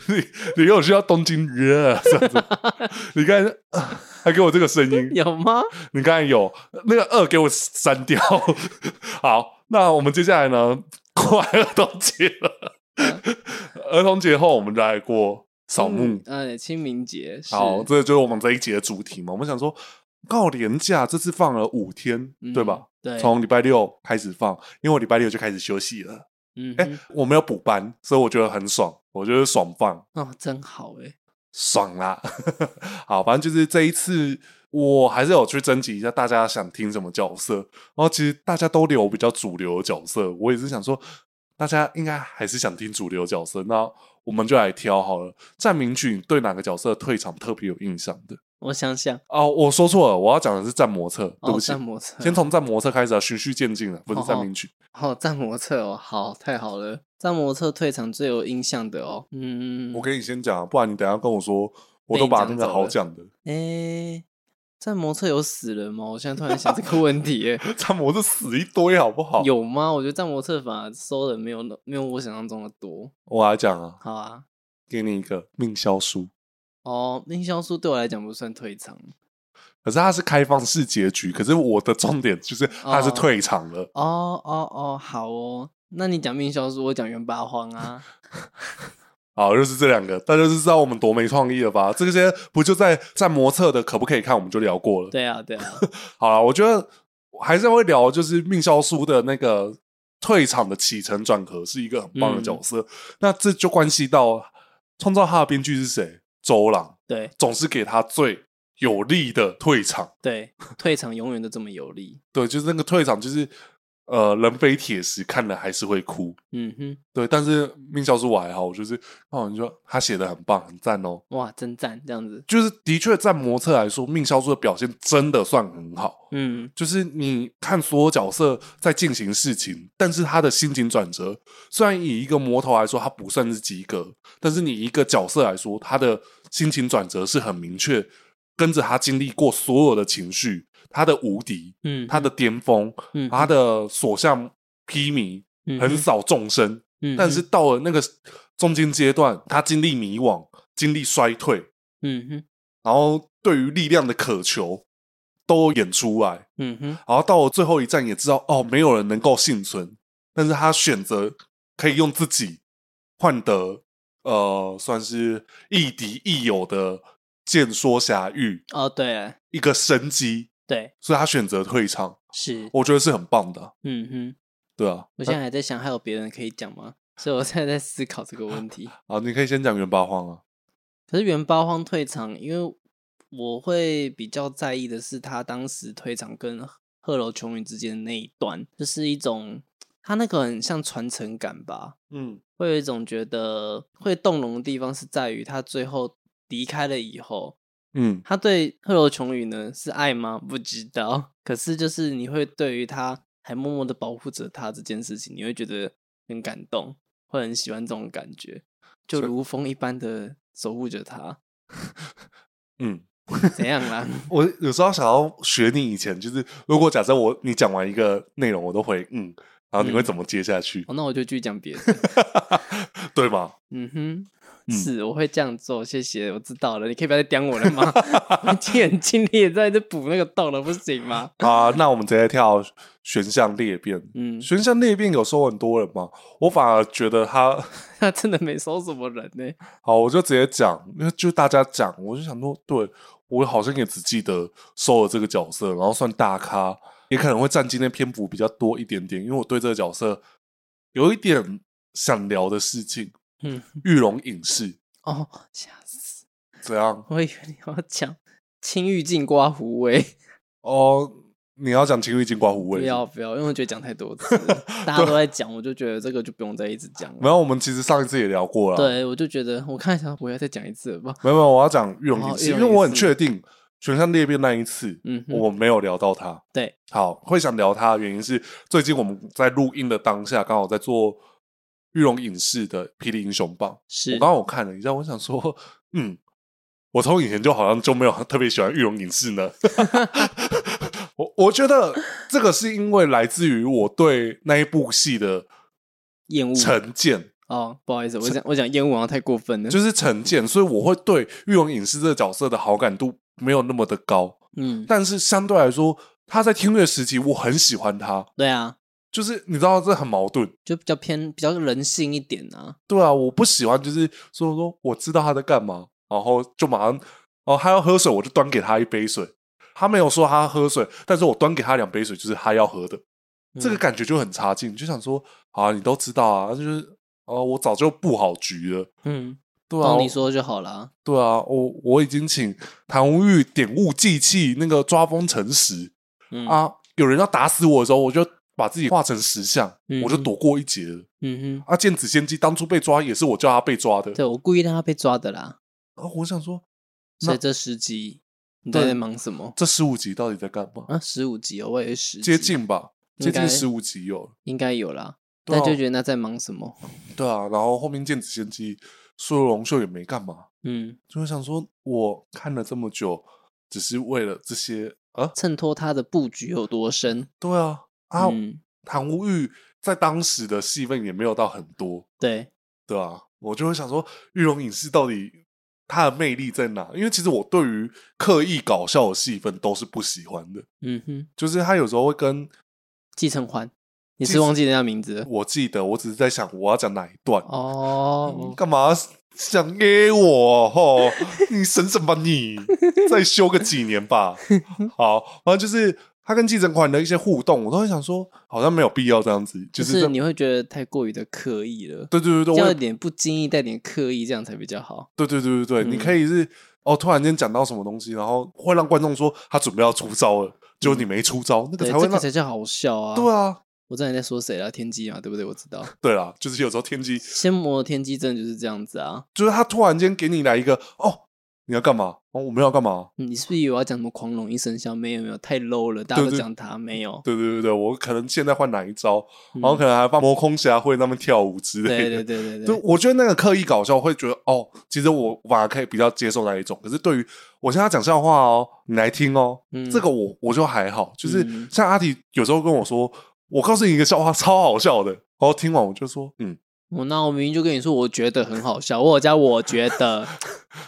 [SPEAKER 1] 你你又需要东京热这样子，你刚才、 啊还给我这个声音，
[SPEAKER 2] 有吗？
[SPEAKER 1] 你刚才有那个二给我删掉。好，那我们接下来呢？过 完儿童节了， 儿童节后我们再来过扫墓。
[SPEAKER 2] 嗯呃，清明节是
[SPEAKER 1] 好，这就是我们这一节的主题嘛。我们想说，刚好连假这次放了五天，
[SPEAKER 2] 嗯
[SPEAKER 1] 对吧？
[SPEAKER 2] 对，
[SPEAKER 1] 从礼拜六开始放，因为我礼拜六就开始休息了。
[SPEAKER 2] 嗯
[SPEAKER 1] 哎、
[SPEAKER 2] 哼
[SPEAKER 1] 我没有补班，所以我觉得很爽，我觉得爽放。
[SPEAKER 2] 哦，真好哎，
[SPEAKER 1] 爽啦！ 好，反正就是这一次，我还是有去征集一下大家想听什么角色。然后其实大家都留比较主流的角色，我也是想说，大家应该还是想听主流角色，那我们就来挑好了。站名剧你对哪个角色退场特别有印象的？
[SPEAKER 2] 我想想，
[SPEAKER 1] 哦，我说错了，我要讲的是战魔策，对
[SPEAKER 2] 哦，
[SPEAKER 1] 不起，
[SPEAKER 2] 战魔策，
[SPEAKER 1] 先从战魔策开始啊，循序渐进啊，不是
[SPEAKER 2] 哦
[SPEAKER 1] 站名剧。
[SPEAKER 2] 哦，战魔策哦，好，太好了，战魔策退场最有印象的哦，嗯，
[SPEAKER 1] 我给你先讲啊，不然你等一下跟我说，我都把那个好讲的
[SPEAKER 2] 诶，战魔策有死人吗？我现在突然想这个问题耶，
[SPEAKER 1] 战魔是死一堆，好不 好？
[SPEAKER 2] 有吗？我觉得战魔策反而收的没有那没有我想象中的多。
[SPEAKER 1] 我来讲啊，
[SPEAKER 2] 好啊，
[SPEAKER 1] 给你一个命消书，
[SPEAKER 2] 哦，命销术对我来讲不算退场
[SPEAKER 1] 可是它是开放式结局，可是我的重点就是它是
[SPEAKER 2] 哦
[SPEAKER 1] 退场了。
[SPEAKER 2] 哦哦哦，好哦，那你讲命销术，我讲元八荒啊，
[SPEAKER 1] 好，就是这两个，大家就知道我们多没创意了吧？这些不就在战魔策的可不可以看，我们就聊过了。
[SPEAKER 2] 对啊对啊，
[SPEAKER 1] 好了，我觉得还是会聊，就是命消书的那个退场的起承转合是一个很棒的角色。那这就关系到创造他的编剧是谁，周郎
[SPEAKER 2] 对
[SPEAKER 1] 总是给他最有力的退场。
[SPEAKER 2] 对，退场永远都这么有力，
[SPEAKER 1] 对，就是那个退场，就是呃，人非铁石，看了还是会哭。
[SPEAKER 2] 嗯哼，
[SPEAKER 1] 对，但是命教书我还好，我就是哦，你说他写的很棒，很赞哦。
[SPEAKER 2] 哇，真赞，这样子，
[SPEAKER 1] 就是的确在模特来说，命教书的表现真的算很好。
[SPEAKER 2] 嗯
[SPEAKER 1] 就是你看所有角色在进行事情，但是他的心情转折，虽然以一个魔头来说，他不算是及格，但是你一个角色来说，他的心情转折是很明确，跟着他经历过所有的情绪，他的无敌，
[SPEAKER 2] 嗯，
[SPEAKER 1] 他的巅峰，
[SPEAKER 2] 嗯
[SPEAKER 1] 他的所向披靡，
[SPEAKER 2] 嗯
[SPEAKER 1] 横
[SPEAKER 2] 哼
[SPEAKER 1] 扫众生。
[SPEAKER 2] 嗯
[SPEAKER 1] 但是
[SPEAKER 2] 哼
[SPEAKER 1] 到了那个中间阶段，他经历迷惘，经历衰退，
[SPEAKER 2] 嗯哼
[SPEAKER 1] 然后对于力量的渴求都演出来，
[SPEAKER 2] 嗯哼
[SPEAKER 1] 然后到了最后一站也知道哦，没有人能够幸存，但是他选择可以用自己换得呃，算是亦敌亦友的剑说侠域
[SPEAKER 2] 哦对
[SPEAKER 1] 一个生机，
[SPEAKER 2] 对
[SPEAKER 1] 所以他选择退场，
[SPEAKER 2] 是，
[SPEAKER 1] 我觉得是很棒的，
[SPEAKER 2] 嗯哼。
[SPEAKER 1] 对啊。
[SPEAKER 2] 我现在还在想，还有别人可以讲吗？所以我现在在思考这个问题。
[SPEAKER 1] 啊，你可以先讲元八荒啊，
[SPEAKER 2] 可是原包荒退场，因为我会比较在意的是他当时退场跟贺楼琼宇之间的那一段，就是一种他那个很像传承感吧，
[SPEAKER 1] 嗯
[SPEAKER 2] 会有一种觉得会动容的地方是在于他最后离开了以后，
[SPEAKER 1] 嗯
[SPEAKER 2] 他对赫罗琼宇呢是爱吗？不知道。可是就是你会对于他还默默的保护着他这件事情，你会觉得很感动，会很喜欢这种感觉，就
[SPEAKER 1] 所以
[SPEAKER 2] 如风一般的守护着他。
[SPEAKER 1] 嗯，
[SPEAKER 2] 怎样啦？
[SPEAKER 1] 我有时候想要学你以前，就是如果假设我你讲完一个内容，我都会嗯，然后你会怎么接下去？
[SPEAKER 2] 哦，那我就继续讲别的。
[SPEAKER 1] 对吗？
[SPEAKER 2] 嗯哼，
[SPEAKER 1] 嗯
[SPEAKER 2] 是，我会这样做，谢谢，我知道了。你可以不要再刁我了吗？ 我已经很尽力地在这补那个洞了，不行吗？
[SPEAKER 1] 啊，那我们直接跳选项裂变。
[SPEAKER 2] 嗯，
[SPEAKER 1] 选项裂变有收很多人吗？我反而觉得他
[SPEAKER 2] 他真的没收什么人呢、
[SPEAKER 1] 好，我就直接讲，因为就大家讲，我就想说，对我好像也只记得收了这个角色，然后算大咖，也可能会占今天篇幅比较多一点点，因为我对这个角色有一点想聊的事情。
[SPEAKER 2] 嗯，
[SPEAKER 1] 玉龙影视
[SPEAKER 2] 哦，吓死！
[SPEAKER 1] 怎样？
[SPEAKER 2] 我以为你要讲青玉镜刮胡威，
[SPEAKER 1] 哦，你要讲情侣金瓜虎
[SPEAKER 2] 不
[SPEAKER 1] 味？
[SPEAKER 2] 要不要，因为我觉得讲太多次 了，大家都在讲，我就觉得这个就不用再一直讲
[SPEAKER 1] 没
[SPEAKER 2] 了。
[SPEAKER 1] 有，我们其实上一次也聊过了。，
[SPEAKER 2] 对，我就觉得我看一下，我要再讲一次了吧？
[SPEAKER 1] 没有没有，我要讲玉龙影
[SPEAKER 2] 哦
[SPEAKER 1] 视，
[SPEAKER 2] 玉
[SPEAKER 1] 因为
[SPEAKER 2] 龙影
[SPEAKER 1] 我很
[SPEAKER 2] 视
[SPEAKER 1] 确定选项裂变那一次，
[SPEAKER 2] 嗯哼
[SPEAKER 1] 我们没有聊到它。
[SPEAKER 2] 对，
[SPEAKER 1] 好，会想聊它的原因是，最近我们在录音的当下，刚好在做玉龙影视的《霹雳英雄榜》，
[SPEAKER 2] 是
[SPEAKER 1] 我刚好看了一下，我想说， 嗯，我从以前就好像就没有特别喜欢玉龙影视呢。 我我觉得这个是因为来自于我对那一部戏的
[SPEAKER 2] 厌恶
[SPEAKER 1] 成见，
[SPEAKER 2] 哦，不好意思，我讲我讲厌恶好像太过分了。
[SPEAKER 1] 就是成见，所以我会对玉龙影视这个角色的好感度没有那么的高。
[SPEAKER 2] 嗯，
[SPEAKER 1] 但是相对来说，他在听乐时期，我很喜欢他，
[SPEAKER 2] 对啊，
[SPEAKER 1] 就是你知道这很矛盾。
[SPEAKER 2] 就比较偏比较人性一点啊。
[SPEAKER 1] 对啊，我不喜欢，就是说说我知道他在干嘛，然后就马上哦，他要喝水，我就端给他一杯水。他没有说他喝水，但是我端给他两杯水，就是他要喝的。这个
[SPEAKER 2] 嗯
[SPEAKER 1] 感觉就很差劲，就想说啊，你都知道啊，就是哦，我早就布好局了。
[SPEAKER 2] 嗯，
[SPEAKER 1] 对啊，
[SPEAKER 2] 帮你说就好了。
[SPEAKER 1] 对啊，我我已经请谭无欲点悟祭器，那个抓风成石、
[SPEAKER 2] 嗯，
[SPEAKER 1] 啊，有人要打死我的时候，我就把自己化成石像，
[SPEAKER 2] 嗯
[SPEAKER 1] 我就躲过一劫了。
[SPEAKER 2] 嗯哼，
[SPEAKER 1] 啊，剑子仙姬当初被抓也是我叫他被抓的。
[SPEAKER 2] 对我故意让他被抓的啦。
[SPEAKER 1] 啊，我想说
[SPEAKER 2] 所以
[SPEAKER 1] 那
[SPEAKER 2] 这十集你到底
[SPEAKER 1] 对
[SPEAKER 2] 在忙什么
[SPEAKER 1] 这十五集到底在干嘛？
[SPEAKER 2] 啊？十五集哦，我也是十集
[SPEAKER 1] 接近吧，接
[SPEAKER 2] 应该
[SPEAKER 1] 近十五集有了。
[SPEAKER 2] 应该有啦，
[SPEAKER 1] 对啊
[SPEAKER 2] 但就觉得那在忙 什么？
[SPEAKER 1] 对啊，然后后面剑子仙姬、苏龙秀也没干嘛，
[SPEAKER 2] 嗯，
[SPEAKER 1] 就会想说，我看了这么久，只是为了这些啊？
[SPEAKER 2] 衬托他的布局有多深
[SPEAKER 1] 对啊，啊，
[SPEAKER 2] 嗯，
[SPEAKER 1] 谭无欲在当时的戏份也没有到很多，
[SPEAKER 2] 对，
[SPEAKER 1] 对啊，我就会想说，玉龙影视到底它的魅力在哪？因为其实我对于刻意搞笑的戏份都是不喜欢的，
[SPEAKER 2] 嗯哼，
[SPEAKER 1] 就是他有时候会跟
[SPEAKER 2] 继承环，你
[SPEAKER 1] 继
[SPEAKER 2] 是忘记人家名字了
[SPEAKER 1] 我记得，我只是在想我嗯要讲哪一段，
[SPEAKER 2] 哦？
[SPEAKER 1] 干嘛想 A 我？吼，你省什么你？再休个几年 吧。好，然后就是他跟继承款的一些互动，我都会想说，好像没有必要这样子，
[SPEAKER 2] 就
[SPEAKER 1] 就是是
[SPEAKER 2] 你会觉得太过于的刻意了，
[SPEAKER 1] 对对对对，我
[SPEAKER 2] 要
[SPEAKER 1] 也
[SPEAKER 2] 有点不经意带点刻意，这样才比较好。
[SPEAKER 1] 对对对对对，你
[SPEAKER 2] 嗯
[SPEAKER 1] 可以是哦，突然间讲到什么东西，然后会让观众说他准备要出招了，结果你没出招，那个
[SPEAKER 2] 嗯对，
[SPEAKER 1] 才会
[SPEAKER 2] 这
[SPEAKER 1] 让
[SPEAKER 2] 个才叫好笑啊！
[SPEAKER 1] 对，啊，
[SPEAKER 2] 我知道你在说谁了，天机嘛，对不对？我知道，
[SPEAKER 1] 对啦，就是有时候天机，
[SPEAKER 2] 仙魔天机真的就是这样子啊。
[SPEAKER 1] 就是他突然间给你来一个哦，你要干嘛？哦，我们要干嘛？
[SPEAKER 2] 嗯你是不是以为我要讲什么狂龙一生香？没有没有，太 low 了，大家
[SPEAKER 1] 对
[SPEAKER 2] 都
[SPEAKER 1] 对
[SPEAKER 2] 讲他没有。
[SPEAKER 1] 对对对对，我可能现在换哪一招，
[SPEAKER 2] 嗯
[SPEAKER 1] 然后可能还放魔空侠会那么跳舞之类的。
[SPEAKER 2] 对对对对
[SPEAKER 1] 就
[SPEAKER 2] 对，
[SPEAKER 1] 我觉得那个刻意搞笑会觉得哦，其实我反而可以比较接受那一种。可是对于我现在讲笑话哦，你来听哦，
[SPEAKER 2] 嗯
[SPEAKER 1] 这个我我就还好。就是
[SPEAKER 2] 嗯
[SPEAKER 1] 像阿迪有时候跟我说，我告诉你一个笑话，超好笑的。然后听完我就说，嗯，
[SPEAKER 2] 我哦那我明明就跟你说，我觉得很好笑，我有加我觉得，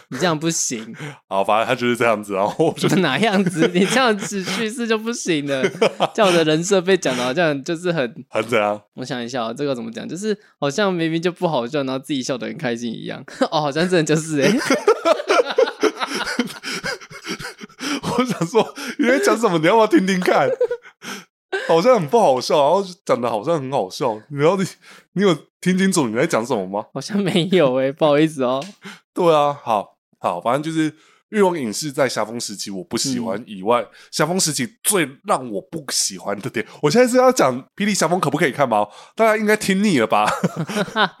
[SPEAKER 2] 你这样不行，
[SPEAKER 1] 好，反正他就是这样子。然后我就
[SPEAKER 2] 哪样子？你这样子叙事就不行了，叫我的人设被讲的好像就是很，
[SPEAKER 1] 很怎样，
[SPEAKER 2] 我想一下、哦，这个怎么讲？就是好像明明就不好笑，然后自己笑得很开心一样。 哦，好像真的就是哎、
[SPEAKER 1] 我想说你在讲什么，你要不要听听看？ 好像很不好笑，然后就讲的好像很好笑。然后你你有听清楚你在讲什么吗？
[SPEAKER 2] 好像没有哎、不好意思哦。
[SPEAKER 1] 对啊，好好，反正就是玉龙影视在霞峰时期我不喜
[SPEAKER 2] 嗯
[SPEAKER 1] 欢以外，霞峰时期最让我不喜欢的点，我现在是要讲《霹雳霞峰》可不可以看吗？大家应该听腻了吧？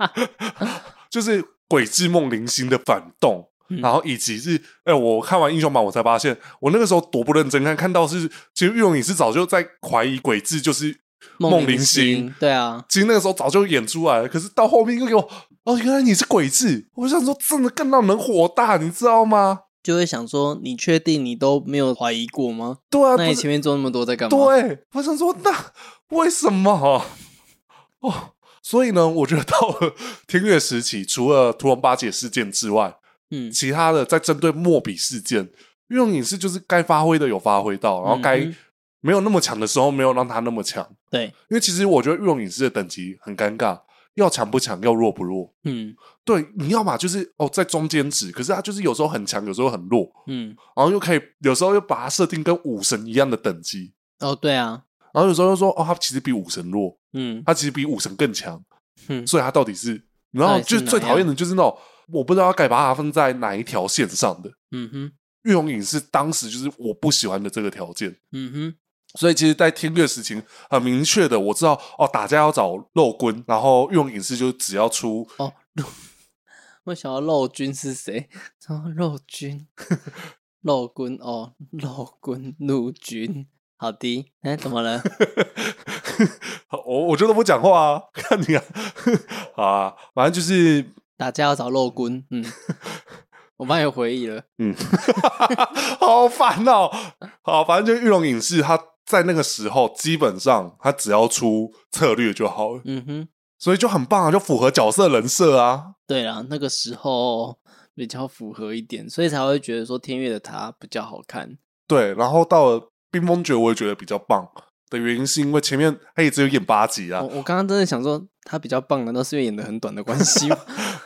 [SPEAKER 1] 就是《鬼之梦零星》的反动。
[SPEAKER 2] 嗯
[SPEAKER 1] 然后以及是，哎、我看完英雄版，我才发现，我那个时候多不认真看，看到是，其实玉龙影视早就在怀疑鬼志就是
[SPEAKER 2] 梦
[SPEAKER 1] 灵
[SPEAKER 2] 灵星，对啊，
[SPEAKER 1] 其实那个时候早就演出来了，可是到后面又给我，哦，原来你是鬼志，我想说真的更让人火大，你知道吗？
[SPEAKER 2] 就会想说，你确定你都没有怀疑过吗？
[SPEAKER 1] 对啊，
[SPEAKER 2] 那你
[SPEAKER 1] 不是
[SPEAKER 2] 前面做那么多在干嘛？
[SPEAKER 1] 对，我想说那为什么？哦，所以呢，我觉得到了天乐时期，除了屠龙八戒事件之外，
[SPEAKER 2] 嗯
[SPEAKER 1] 其他的在针对莫比事件，运用影视就是该发挥的有发挥到，然后该
[SPEAKER 2] 嗯哼
[SPEAKER 1] 没有那么强的时候没有让他那么强，
[SPEAKER 2] 对，
[SPEAKER 1] 因为其实我觉得运用影视的等级很尴尬，要强不强，要弱不弱。
[SPEAKER 2] 嗯
[SPEAKER 1] 对，你要嘛就是哦，在中间值，可是他就是有时候很强，有时候很弱，
[SPEAKER 2] 嗯，
[SPEAKER 1] 然后又可以有时候又把它设定跟武神一样的等级，
[SPEAKER 2] 哦对啊，
[SPEAKER 1] 然后有时候又说哦，他其实比武神弱，
[SPEAKER 2] 嗯
[SPEAKER 1] 他其实比武神更强，
[SPEAKER 2] 嗯
[SPEAKER 1] 所以他到底是，然后
[SPEAKER 2] 到底是
[SPEAKER 1] 就是最
[SPEAKER 2] 哪
[SPEAKER 1] 讨厌的就是那种我不知道该把它分在哪一条线上的。
[SPEAKER 2] 嗯哼
[SPEAKER 1] 玉龙影是当时就是我不喜欢的这个条件，
[SPEAKER 2] 嗯哼
[SPEAKER 1] 所以其实，在听乐时情很明确的，我知道哦，打架要找肉棍，然后玉龙影视就只要出
[SPEAKER 2] 哦，肉，我想要肉君是谁？ 然后肉君， 肉棍哦，肉棍陆军，好的，哎，怎 么了？
[SPEAKER 1] 我我觉得我讲话啊， 看你啊，好啊，反正就是，
[SPEAKER 2] 打架要找肉棍，嗯，我帮你回忆了，
[SPEAKER 1] 嗯，好烦哦。好，反正就是玉龙影视，它在那个时候基本上它只要出策略就好了。
[SPEAKER 2] 嗯哼，
[SPEAKER 1] 所以就很棒啊，就符合角色人设啊。
[SPEAKER 2] 对啦，那个时候比较符合一点，所以才会觉得说天月的他比较好看。
[SPEAKER 1] 对，然后到了冰封诀，我也觉得比较棒的原因是因为前面他也只有演八集啊
[SPEAKER 2] 我，我刚刚真的想说他比较棒，难道是因为演的很短的关 系吗？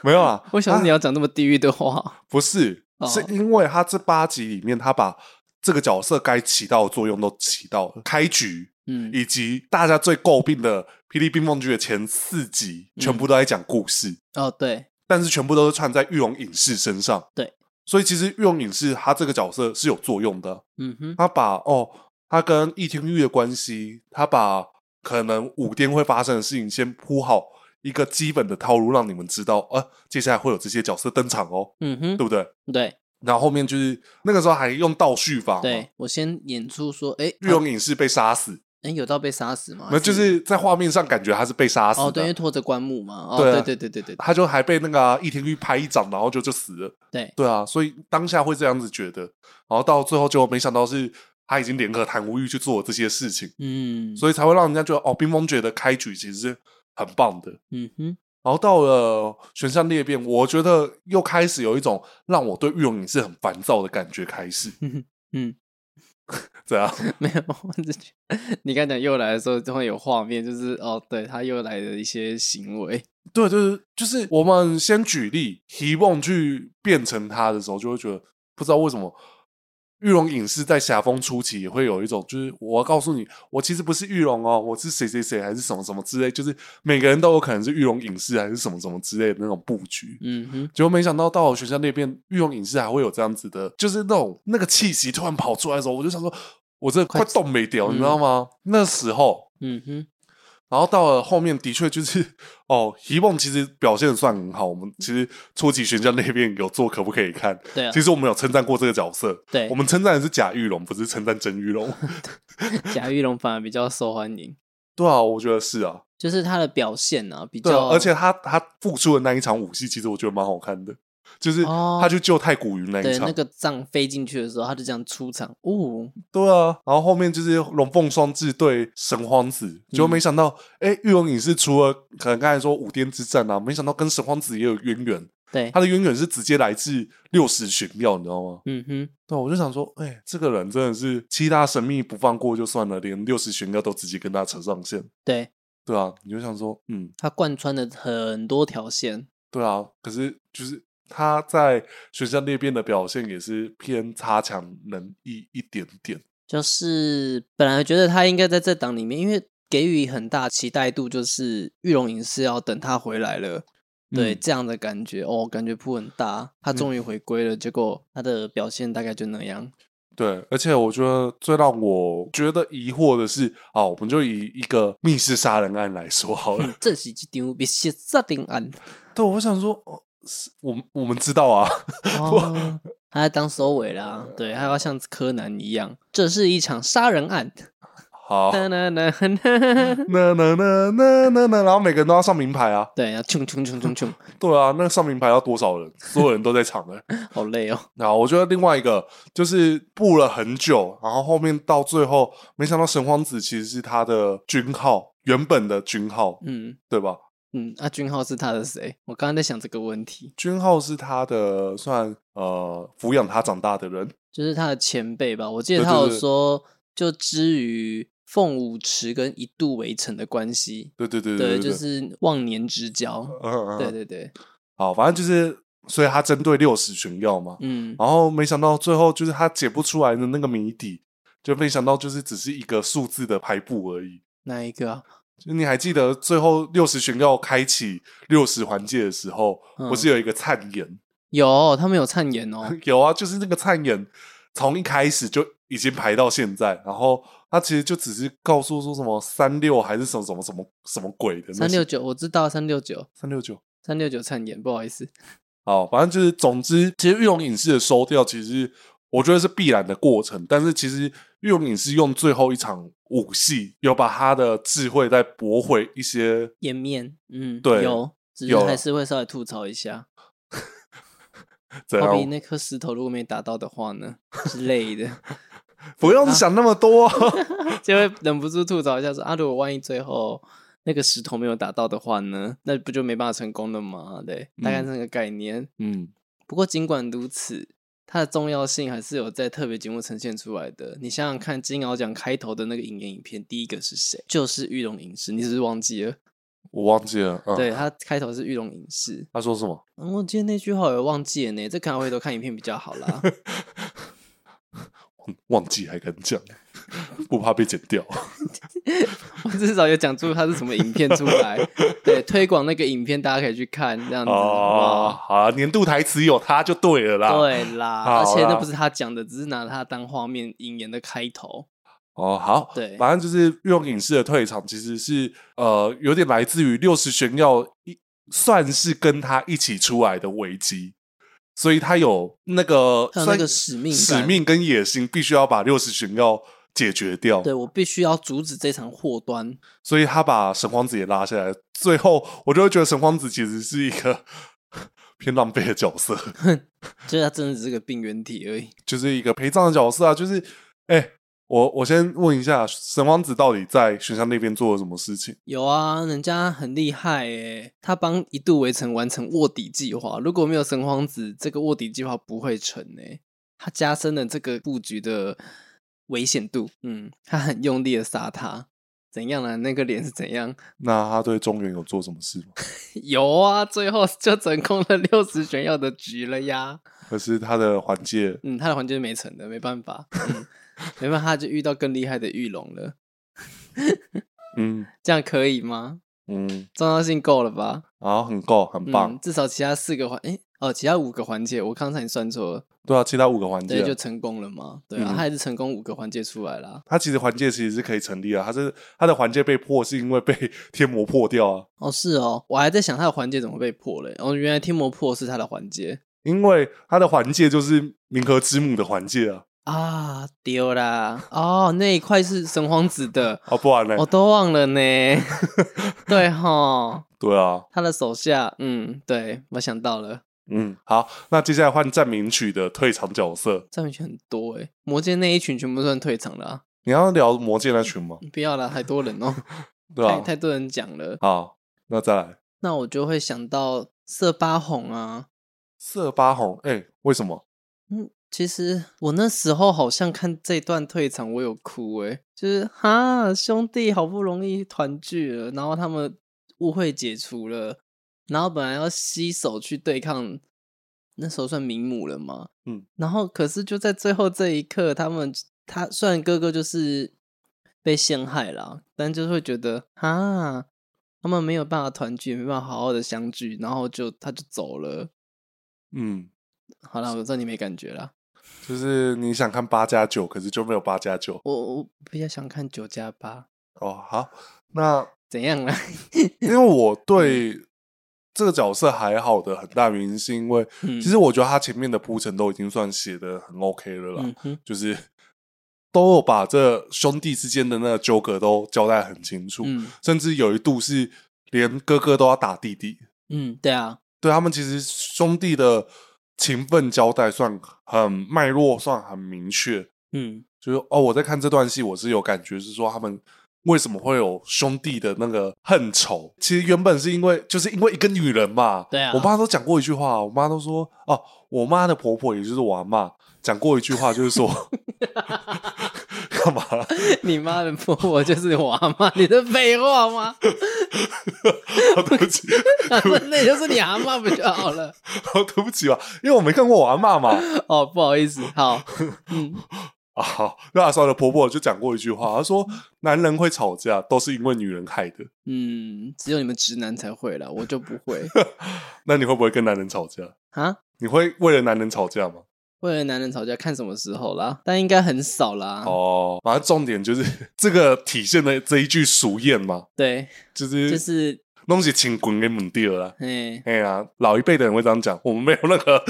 [SPEAKER 1] 没有 啊，
[SPEAKER 2] 为什么
[SPEAKER 1] 啊
[SPEAKER 2] 你要讲那么地狱的话？
[SPEAKER 1] 不是，
[SPEAKER 2] 哦
[SPEAKER 1] 是因为他这八集里面，他把这个角色该起到的作用都起到了，开局
[SPEAKER 2] 嗯，
[SPEAKER 1] 以及大家最诟病的《霹雳冰风剧》的前四集，
[SPEAKER 2] 嗯
[SPEAKER 1] 全部都在讲故事，
[SPEAKER 2] 哦，对，
[SPEAKER 1] 但是全部都是串在玉龙影视身上。
[SPEAKER 2] 对，
[SPEAKER 1] 所以其实玉龙影视他这个角色是有作用的，
[SPEAKER 2] 嗯哼，
[SPEAKER 1] 他把哦，他跟易天玉的关系，他把可能五天会发生的事情先铺好一个基本的套路，让你们知道，呃，接下来会有这些角色登场哦，
[SPEAKER 2] 嗯哼
[SPEAKER 1] 对，不对？
[SPEAKER 2] 对
[SPEAKER 1] 然后后面就是那个时候还用倒叙法嘛，
[SPEAKER 2] 对，我先演出说，哎，
[SPEAKER 1] 玉龙影视被杀死，
[SPEAKER 2] 哎，有到被杀死吗？
[SPEAKER 1] 那、就是在画面上感觉他是被杀死的，
[SPEAKER 2] 哦，对，因为拖着棺木嘛。哦，
[SPEAKER 1] 对
[SPEAKER 2] 对
[SPEAKER 1] 啊
[SPEAKER 2] 对对对对对
[SPEAKER 1] 他就还被那个啊易天玉拍一掌，然后就就死了，
[SPEAKER 2] 对，
[SPEAKER 1] 对啊，所以当下会这样子觉得，然后到最后就没想到是他已经联合谭无欲去做了这些事情，
[SPEAKER 2] 嗯，
[SPEAKER 1] 所以才会让人家觉得哦，冰封诀的开局其实是很棒的。
[SPEAKER 2] 嗯哼，
[SPEAKER 1] 然后到了选项裂变，我觉得又开始有一种让我对玉龙影视很烦躁的感觉开始，
[SPEAKER 2] 嗯，
[SPEAKER 1] 怎样？
[SPEAKER 2] 没有，我只觉得你刚讲又来的时候，就会有画面，就是哦，对他又来的一些行为，
[SPEAKER 1] 对对对，就是我们先举例 h e b o n 去变成他的时候，就会觉得不知道为什么玉龙影视在霞风初期也会有一种，就是我要告诉你，我其实不是玉龙哦，我是谁谁谁还是什么什么之类，就是每个人都有可能是玉龙影视还是什么什么之类的那种布局。
[SPEAKER 2] 嗯哼，
[SPEAKER 1] 结果没想到到了学校那边，玉龙影视还会有这样子的，就是那种那个气息突然跑出来的时候，我就想说，我这快冻没掉，你知道吗？那时候
[SPEAKER 2] 嗯哼，
[SPEAKER 1] 然后到了后面，的确就是 哦，希望其实表现得算很好。我们其实初级选项那边有做，可不可以看？
[SPEAKER 2] 对啊，
[SPEAKER 1] 其实我们有称赞过这个角色，
[SPEAKER 2] 对
[SPEAKER 1] 我，们称赞的是假玉龙，不是称赞真玉 龙。
[SPEAKER 2] 贾玉龙反而比较受欢迎，
[SPEAKER 1] 对啊，我觉得是啊，
[SPEAKER 2] 就是他的表现啊，比
[SPEAKER 1] 对
[SPEAKER 2] 较，
[SPEAKER 1] 啊，而且他他付出的那一场武戏，其实我觉得蛮好看的，就是
[SPEAKER 2] 哦
[SPEAKER 1] 他去救太古云那一
[SPEAKER 2] 对
[SPEAKER 1] 场。
[SPEAKER 2] 那个杖飞进去的时候，他就这样出场，哦，
[SPEAKER 1] 对啊，然后后面就是龙凤双至对神皇子，结
[SPEAKER 2] 嗯
[SPEAKER 1] 果没想到，哎、玉龙影视除了可能刚才说五巅之战啊，没想到跟神皇子也有渊源。
[SPEAKER 2] 对
[SPEAKER 1] 他，的渊源是直接来自六十玄妙，你知道吗？
[SPEAKER 2] 嗯哼，
[SPEAKER 1] 对，我就想说，哎、这个人真的是七大神秘不放过就算了，连六十玄妙都直接跟他扯上线，
[SPEAKER 2] 对
[SPEAKER 1] 对啊，你就想说，嗯，
[SPEAKER 2] 他贯穿了很多条线，
[SPEAKER 1] 对啊，可是就是他在学校裂变的表现也是偏差强人意一点点，
[SPEAKER 2] 就是本来觉得他应该在这档里面，因为给予很大期待度，就是玉龙影视要等他回来了，对
[SPEAKER 1] 嗯
[SPEAKER 2] 这样的感觉哦，感觉铺很大，他终于回归了，结果他的表现大概就那样，
[SPEAKER 1] 对，而且我觉得最让我觉得疑惑的是，啊，我们就以一个密室杀人案来说好了，
[SPEAKER 2] 嗯这是一场密室杀定 案，
[SPEAKER 1] 对，我想说，哦，是我们我们知道啊，
[SPEAKER 2] 哦，他在当收尾啦，对，他要像柯南一样，这是一场杀人案，
[SPEAKER 1] 好，
[SPEAKER 2] 哒哒哒哒
[SPEAKER 1] 那那那那那那，然后每个人都要上名牌啊。
[SPEAKER 2] 对，要冲冲冲 冲冲，
[SPEAKER 1] 对啊，那上名牌要多少人？所有人都在场的。
[SPEAKER 2] 好累哦，
[SPEAKER 1] 然后我觉得另外一个就是布了很久，然后后面到最后，没想到神皇子其实是他的军号，原本的军号，
[SPEAKER 2] 嗯。
[SPEAKER 1] 对吧？
[SPEAKER 2] 嗯，那、君浩是他的谁？我刚刚在想这个问题。
[SPEAKER 1] 军号是他的算呃抚养他长大的人，
[SPEAKER 2] 就是他的前辈吧。我记得
[SPEAKER 1] 对
[SPEAKER 2] 他
[SPEAKER 1] 对
[SPEAKER 2] 有
[SPEAKER 1] 对
[SPEAKER 2] 说，就之于凤舞池跟一度围城的关系，
[SPEAKER 1] 对对对对，
[SPEAKER 2] 对，就是忘年之交。
[SPEAKER 1] 嗯嗯，嗯
[SPEAKER 2] 对，对对，
[SPEAKER 1] 好，反正就是，所以他针对六十群药嘛，
[SPEAKER 2] 嗯，
[SPEAKER 1] 然后没想到最后就是他解不出来的那个谜底，就没想到就是只是一个数字的排布而已。
[SPEAKER 2] 哪一个啊？
[SPEAKER 1] 就你还记得最后六十巡要开启六十环节的时候，
[SPEAKER 2] 嗯
[SPEAKER 1] 不是有一个灿眼？
[SPEAKER 2] 有，他们有灿言哦。
[SPEAKER 1] 有啊，就是那个灿眼从一开始就已经排到现在，然后他其实就只是告诉说什么三六还是什么什么什么什么鬼的
[SPEAKER 2] 三六九，我知道三六九，
[SPEAKER 1] 三六九。
[SPEAKER 2] 三六九灿言，不好意思。
[SPEAKER 1] 好，反正就是，总之，其实玉龙影视的收掉，其实我觉得是必然的过程。但是，其实玉龙影视用最后一场武戏，有把他的智慧再驳回一些。
[SPEAKER 2] 颜面，嗯，
[SPEAKER 1] 对
[SPEAKER 2] 有，只是
[SPEAKER 1] 有
[SPEAKER 2] 还
[SPEAKER 1] 啊
[SPEAKER 2] 是会稍微吐槽一下。
[SPEAKER 1] 怎
[SPEAKER 2] 好比
[SPEAKER 1] 样？
[SPEAKER 2] 那颗石头如果没打到的话呢之类的，
[SPEAKER 1] 不用想那么多。
[SPEAKER 2] 啊就会忍不住吐槽一下说啊，如果万一最后那个石头没有打到的话呢，那不就没办法成功了吗？对，大概是那个概念。
[SPEAKER 1] 嗯，
[SPEAKER 2] 不过尽管如此，它的重要性还是有在特别节目呈现出来的。你想想看，金鳌奖开头的那个引言影片，第一个是谁？就是玉龙影视，你是不是忘记了？
[SPEAKER 1] 我忘记了。嗯、
[SPEAKER 2] 对，，它开头是玉龙影视。
[SPEAKER 1] 他说什么？
[SPEAKER 2] 嗯，我记得那句话我也忘记了呢，这可能回头看影片比较好啦。
[SPEAKER 1] 忘嗯忘记还敢讲，不怕被剪 掉。
[SPEAKER 2] 我 至少有讲出它是什么影片出 来，对，推广那个影片大家可以去看，这样子。
[SPEAKER 1] 哦，好啊，年度台词有他就对了啦。
[SPEAKER 2] 好不好，对啦，
[SPEAKER 1] 好
[SPEAKER 2] 而
[SPEAKER 1] 啦
[SPEAKER 2] 且那不是他讲的，只是拿它当画面引言的开头。
[SPEAKER 1] 哦，好，
[SPEAKER 2] 对
[SPEAKER 1] 反正就是用影视的退场，其实是呃，有点来自于六十炫耀一，算是跟他一起出来的危机，所以他有那个
[SPEAKER 2] 他有
[SPEAKER 1] 算
[SPEAKER 2] 那个使命感
[SPEAKER 1] 使命跟野心，必须要把六十炫耀解决掉。
[SPEAKER 2] 对我必须要阻止这场祸端。
[SPEAKER 1] 所以他把神皇子也拉下来。最后，我就会觉得神皇子其实是一个 偏浪费的角色，
[SPEAKER 2] 就是它真的只是个病原体而已。
[SPEAKER 1] 就是一个陪葬的角色啊。就是，哎、我我先问一下，神皇子到底在学校那边做了什么事情？
[SPEAKER 2] 有啊，人家很厉害诶，他帮一度围城完成卧底计划。如果没有神皇子，这个卧底计划不会成诶。他加深了这个布局的危险度。嗯，他很用力的杀他，怎样啊？那个脸是怎样？
[SPEAKER 1] 那他对中原有做什么事吗？
[SPEAKER 2] 有啊，最后就成功了六十选要的局了呀。
[SPEAKER 1] 可是他的环界，
[SPEAKER 2] 嗯，他的环节没成的，没办法，嗯、没办法，他就遇到更厉害的玉龙了。
[SPEAKER 1] 嗯
[SPEAKER 2] 这样可以吗？
[SPEAKER 1] 嗯，
[SPEAKER 2] 重要性够了吧？
[SPEAKER 1] 然后很够，很棒，
[SPEAKER 2] 嗯，至少其他四个环，诶，哦，其他五个环节，我刚才你算错了，
[SPEAKER 1] 对啊，其他五个环
[SPEAKER 2] 对，就
[SPEAKER 1] 界。
[SPEAKER 2] 成功了嘛，对啊，
[SPEAKER 1] 嗯
[SPEAKER 2] 他还是成功五个环节出来啦。
[SPEAKER 1] 他其实环界其实是可以成立的，他是他的环界被破是因为被 天魔破掉啊，
[SPEAKER 2] 哦，是哦，我还在想他的环节怎么被破嘞，哦，原来天魔破是他的环节
[SPEAKER 1] 因为他的环界就是冥河之母的环界啊，
[SPEAKER 2] 啊，丢啦， 哦，那一块是神皇子的，
[SPEAKER 1] 啊不然呢？
[SPEAKER 2] 我都忘了呢， 对哈，
[SPEAKER 1] 对啊，
[SPEAKER 2] 他的手下，嗯，对我想到了。
[SPEAKER 1] 嗯，好，那接下来换战名曲的退场角色，
[SPEAKER 2] 战群很多诶、魔界那一群全部算退场了、啊，
[SPEAKER 1] 你要聊魔界那群吗？
[SPEAKER 2] 不要了，太多人 哦、
[SPEAKER 1] 对吧、
[SPEAKER 2] 太太多人讲了。
[SPEAKER 1] 好，那再来
[SPEAKER 2] 那我就会想到色巴红啊。
[SPEAKER 1] 色八红，哎、为什么？
[SPEAKER 2] 嗯，其实我那时候好像看这段退场，我有哭诶、就是哈兄弟好不容易团聚了，然后他们误会解除了，然后本来要携手去对抗，那时候算明母了嘛，
[SPEAKER 1] 嗯，
[SPEAKER 2] 然后可是就在最后这一刻，他们他虽然哥哥就是被陷害了，但就是会觉得哈。他们没有办法团聚，没办法好好的相聚，然后就他就走了。
[SPEAKER 1] 嗯，
[SPEAKER 2] 好了，我知道你没感觉啦。
[SPEAKER 1] 就是你想看八加九，可是就没有八加九
[SPEAKER 2] 我我比较想看九加八，
[SPEAKER 1] 哦。好，那
[SPEAKER 2] 怎样啦？
[SPEAKER 1] 因为
[SPEAKER 2] 嗯
[SPEAKER 1] 我对这个角色还好的很大原因，是因为
[SPEAKER 2] 嗯
[SPEAKER 1] 其实我觉得他前面的铺陈都已经算写的很 OK 了啦，
[SPEAKER 2] 嗯哼，
[SPEAKER 1] 就是都有把这兄弟之间的那个纠葛都交代很清楚，
[SPEAKER 2] 嗯
[SPEAKER 1] 甚至有一度是连哥哥都要打弟弟，
[SPEAKER 2] 嗯，对啊，
[SPEAKER 1] 对他们其实兄弟的情分交代算很脉络，算很明确。
[SPEAKER 2] 嗯
[SPEAKER 1] 就是哦，我在看这段戏，我是有感觉是说他们为什么会有兄弟的那个恨仇？其实原本是因为就是因为一个女人嘛。
[SPEAKER 2] 对啊
[SPEAKER 1] 我妈都讲过一句话，我妈都说哦，我妈的婆婆也就是我阿妈讲过一句话，就是说 干嘛？哦
[SPEAKER 2] 你妈的婆婆就是我阿妈，你的废话吗？
[SPEAKER 1] 哦对不起，
[SPEAKER 2] 那就是你阿妈不就好了？
[SPEAKER 1] 哦对不起吧，因为我没看过我阿妈嘛。
[SPEAKER 2] 哦，不好意思，好，嗯，
[SPEAKER 1] 啊，好，那时候的婆婆就讲过一句话，她说男人会吵架都是因为女人害的。
[SPEAKER 2] 嗯，只有你们直男才会了，我就不 会
[SPEAKER 1] 那你会不会跟男人吵架？
[SPEAKER 2] 啊。
[SPEAKER 1] 你会为了男人吵架吗？
[SPEAKER 2] 为了男人吵架，看什么时候啦？但应该很少啦。
[SPEAKER 1] 哦，反正重点就是 这个体现了这一句俗谚嘛，
[SPEAKER 2] 对，
[SPEAKER 1] 就是
[SPEAKER 2] 就是，
[SPEAKER 1] 东西请滚给母地了啦。，
[SPEAKER 2] 哎
[SPEAKER 1] 哎呀、老一辈的人会这样讲，我们没有那个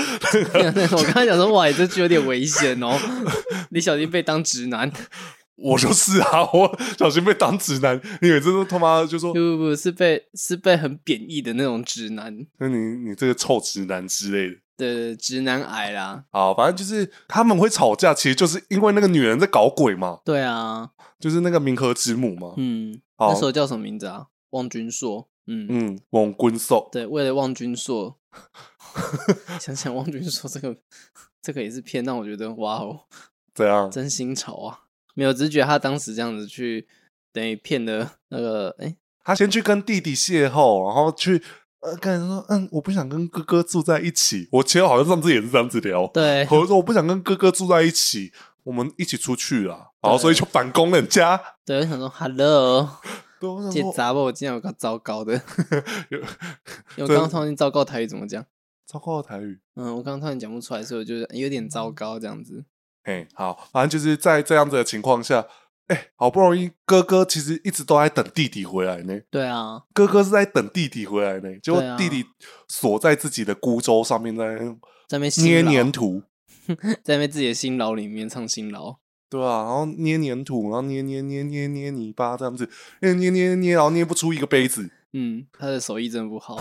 [SPEAKER 1] 那个，
[SPEAKER 2] 我刚才讲说，哇，你这句有点危险哦， 你小心被当直男。
[SPEAKER 1] 我就是啊， 我小心被当直男，你每次都他妈就说
[SPEAKER 2] 不不不是被是被很贬义的那种直男，
[SPEAKER 1] 那你你这个臭直男之类的。
[SPEAKER 2] 对，直男癌啦。
[SPEAKER 1] 好，反正就是他们会吵架，其实就是因为那个女人在搞鬼嘛，
[SPEAKER 2] 对啊，
[SPEAKER 1] 就是那个冥河之母嘛。
[SPEAKER 2] 嗯，
[SPEAKER 1] 好
[SPEAKER 2] 那时候叫什么名字啊？望君硕，嗯，
[SPEAKER 1] 嗯，往棍手，
[SPEAKER 2] 对，为了望君 硕，想想望君硕这个这个也是片，让我觉得哇哦，
[SPEAKER 1] 怎样？
[SPEAKER 2] 真心潮啊！没有，只是觉得他当时这样子去等于骗的那个，哎、
[SPEAKER 1] 他先去跟弟弟邂逅，然后去呃，跟人说，嗯，我不想跟哥哥住在一起。我其实好像上次也是这样子聊，
[SPEAKER 2] 对，
[SPEAKER 1] 我说我不想跟哥哥住在一起，我们一起出去啦。然后所以就反攻人家。
[SPEAKER 2] 对，我想说，Hello，
[SPEAKER 1] 对，我想
[SPEAKER 2] 这
[SPEAKER 1] 说，
[SPEAKER 2] 杂货我今天有个糟糕的，
[SPEAKER 1] 有
[SPEAKER 2] 因为我刚刚突然间糟糕台语怎么讲？
[SPEAKER 1] 糟糕的台语。
[SPEAKER 2] 嗯，我刚刚突然讲不出来，所以我就是有点糟糕这样子。
[SPEAKER 1] 哎，好，反正就是在这样子的情况下，哎，好不容易哥哥其实一直都在等弟弟回来呢。
[SPEAKER 2] 对啊，
[SPEAKER 1] 哥哥是在等弟弟回来呢，结果
[SPEAKER 2] 对啊
[SPEAKER 1] 弟弟锁在自己的孤舟上面，在那边
[SPEAKER 2] 在那边辛
[SPEAKER 1] 捏
[SPEAKER 2] 劳
[SPEAKER 1] 黏土。
[SPEAKER 2] 在那边自己的辛劳里面唱辛劳，
[SPEAKER 1] 对啊，然后捏黏土，然后捏捏捏捏捏泥巴这样子，捏捏捏捏，然后捏不出一个杯子，
[SPEAKER 2] 嗯，他的手艺真的不 好。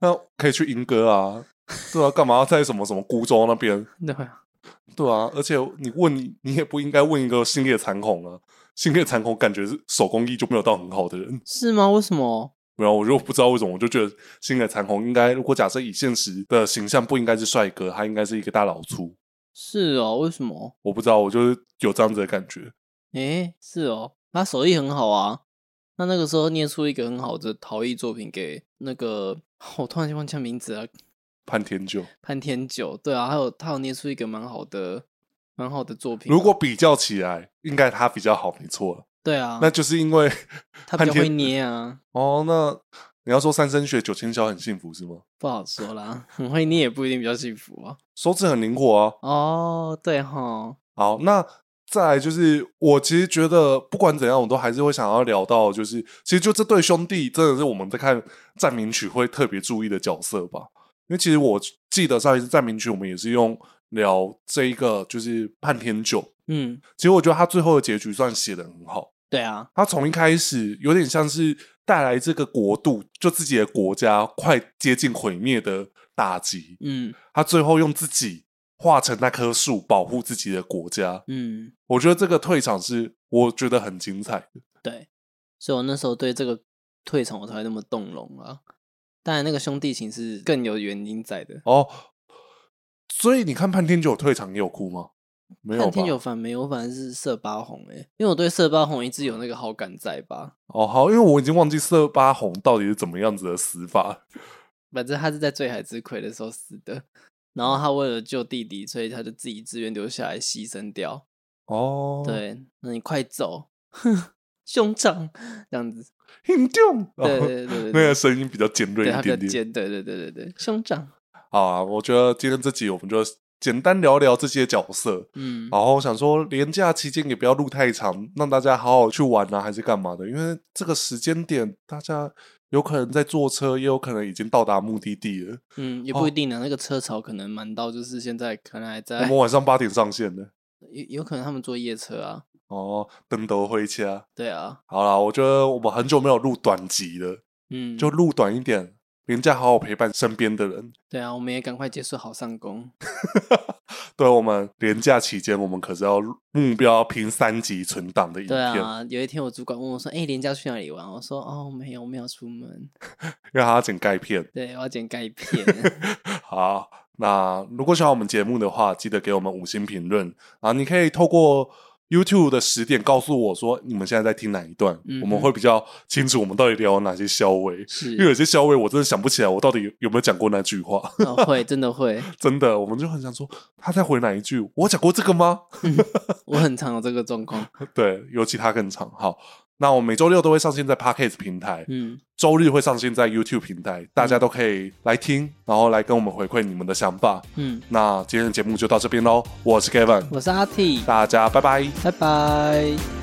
[SPEAKER 1] 那可以去英歌啊，对啊，干嘛要在什么什么孤州那边？
[SPEAKER 2] 对啊，
[SPEAKER 1] 对啊，而且你问你，你也不应该问一个星夜残红啊，星夜残红感觉是手工艺就没有到很好的人，
[SPEAKER 2] 是吗？为什么？
[SPEAKER 1] 然后我就不知道为什么，我就觉得星夜残红应该，如果假设以现实的形象，不应该是帅哥，他应该是一个大老粗，
[SPEAKER 2] 是哦，为什么？
[SPEAKER 1] 我不知道，我就是有这样子的感觉，
[SPEAKER 2] 诶，是哦，他手艺很好啊。那那个时候捏出一个很好的陶艺作品给那个， 我突然间忘记他名字了，
[SPEAKER 1] 潘天就。
[SPEAKER 2] 潘天九。对啊，还有他有捏出一个蛮好的、蛮好的作品啊。
[SPEAKER 1] 如果比较起来，应该他比较好，没错了。
[SPEAKER 2] 对啊，
[SPEAKER 1] 那就是因为
[SPEAKER 2] 他比较
[SPEAKER 1] 潘天
[SPEAKER 2] 会捏啊，
[SPEAKER 1] 哦，那你要说三生学九千霄很幸福是吗？
[SPEAKER 2] 不好说啦，很会捏也不一定比较幸福啊。
[SPEAKER 1] 手指很灵活啊。
[SPEAKER 2] 哦，对哈，
[SPEAKER 1] 好，那再来就是，我其实觉得不管怎样，我都还是会想要聊到，就是其实就这对兄弟真的是我们在看赞名曲会特别注意的角色吧。因为其实我记得上一次赞名曲，我们也是用聊这一个就是盼天九。
[SPEAKER 2] 嗯，
[SPEAKER 1] 其实我觉得他最后的结局算写的很好，
[SPEAKER 2] 对啊，
[SPEAKER 1] 他从一开始有点像是带来这个国度，就自己的国家快接近毁灭的打击，
[SPEAKER 2] 嗯
[SPEAKER 1] 他最后用自己化成那棵树保护自己的国家。
[SPEAKER 2] 嗯。
[SPEAKER 1] 我觉得这个退场是我觉得很精彩的。
[SPEAKER 2] 对，所以我那时候对这个退场我才会那么动容啊。当然，那个兄弟情是更有原因在的。
[SPEAKER 1] 哦，所以你看潘天九退场，你有哭吗？没有
[SPEAKER 2] 但
[SPEAKER 1] 吧
[SPEAKER 2] 天？九反没有，我反而是色八红诶、因为我对色八红一直有那个好感在吧。
[SPEAKER 1] 哦，好，因为我已经忘记色八红到底是怎么样子的死法。
[SPEAKER 2] 反正他是在醉海之魁的时候死的，然后他为了救弟弟，所以他就自己自愿留下来牺牲掉。
[SPEAKER 1] 哦，，
[SPEAKER 2] 对，那你快走，兄长，这样子。
[SPEAKER 1] 很重。
[SPEAKER 2] 对
[SPEAKER 1] 然后
[SPEAKER 2] 对对对
[SPEAKER 1] 哦那个
[SPEAKER 2] 对，
[SPEAKER 1] 声音比较尖锐
[SPEAKER 2] 对
[SPEAKER 1] 一
[SPEAKER 2] 他比较
[SPEAKER 1] 点点。
[SPEAKER 2] 尖，对对对对对，兄长，
[SPEAKER 1] 好啊，我觉得今天这集我们就简单聊聊这些角色。
[SPEAKER 2] 嗯，
[SPEAKER 1] 然后哦想说，连假期间也不要录太长，让大家好好去玩啊，还是干嘛的？因为这个时间点，大家有可能在坐车，也有可能已经到达目的地 了。
[SPEAKER 2] 嗯，也
[SPEAKER 1] 哦
[SPEAKER 2] 不一定呢。那个车潮可能满到，就是现在可能还在
[SPEAKER 1] 我们晚上八点上线的
[SPEAKER 2] 有有可能他们坐夜车啊，
[SPEAKER 1] 哦，灯都回家。
[SPEAKER 2] 对啊，
[SPEAKER 1] 好啦，我觉得我们很久没有录短集了，
[SPEAKER 2] 嗯，
[SPEAKER 1] 就录短一点，连假好好陪伴身边的人。
[SPEAKER 2] 对啊，我们也赶快结束好上工，
[SPEAKER 1] 对我们连假期间，我们可是要录目标要拼三集存档的影
[SPEAKER 2] 对
[SPEAKER 1] 片，
[SPEAKER 2] 啊，有一天我主管问我说：“哎、连假去哪里玩？”我说：“哦，没有，我没有出门，
[SPEAKER 1] 让他剪钙片。
[SPEAKER 2] 对，我要剪钙片。
[SPEAKER 1] 好，那如果喜欢我们节目的话，记得给我们五星评论啊！你可以透过 YouTube 的十点告诉我说你们现在在听哪一段，
[SPEAKER 2] 嗯
[SPEAKER 1] 我们会比较清楚我们到底聊了哪些消委”。因 为有
[SPEAKER 2] 是，
[SPEAKER 1] 些消委我真的想不起来我到底有有没有讲过那句话，
[SPEAKER 2] 哦、会真的会，
[SPEAKER 1] 真的，我们就很想说他在回哪一句，我讲过这个吗？
[SPEAKER 2] 我很常有这个状况。
[SPEAKER 1] 对，尤其他更长。好，那我们每周六都会上线在 Podcast 平台，
[SPEAKER 2] 嗯，
[SPEAKER 1] 周日会上线在 YouTube 平台，大家都可以来听，然后来跟我们回馈你们的想法。
[SPEAKER 2] 嗯，
[SPEAKER 1] 那今天的节目就到这边喽，我是 Kevin，
[SPEAKER 2] 我是阿 T，
[SPEAKER 1] 大家拜拜。
[SPEAKER 2] 拜拜。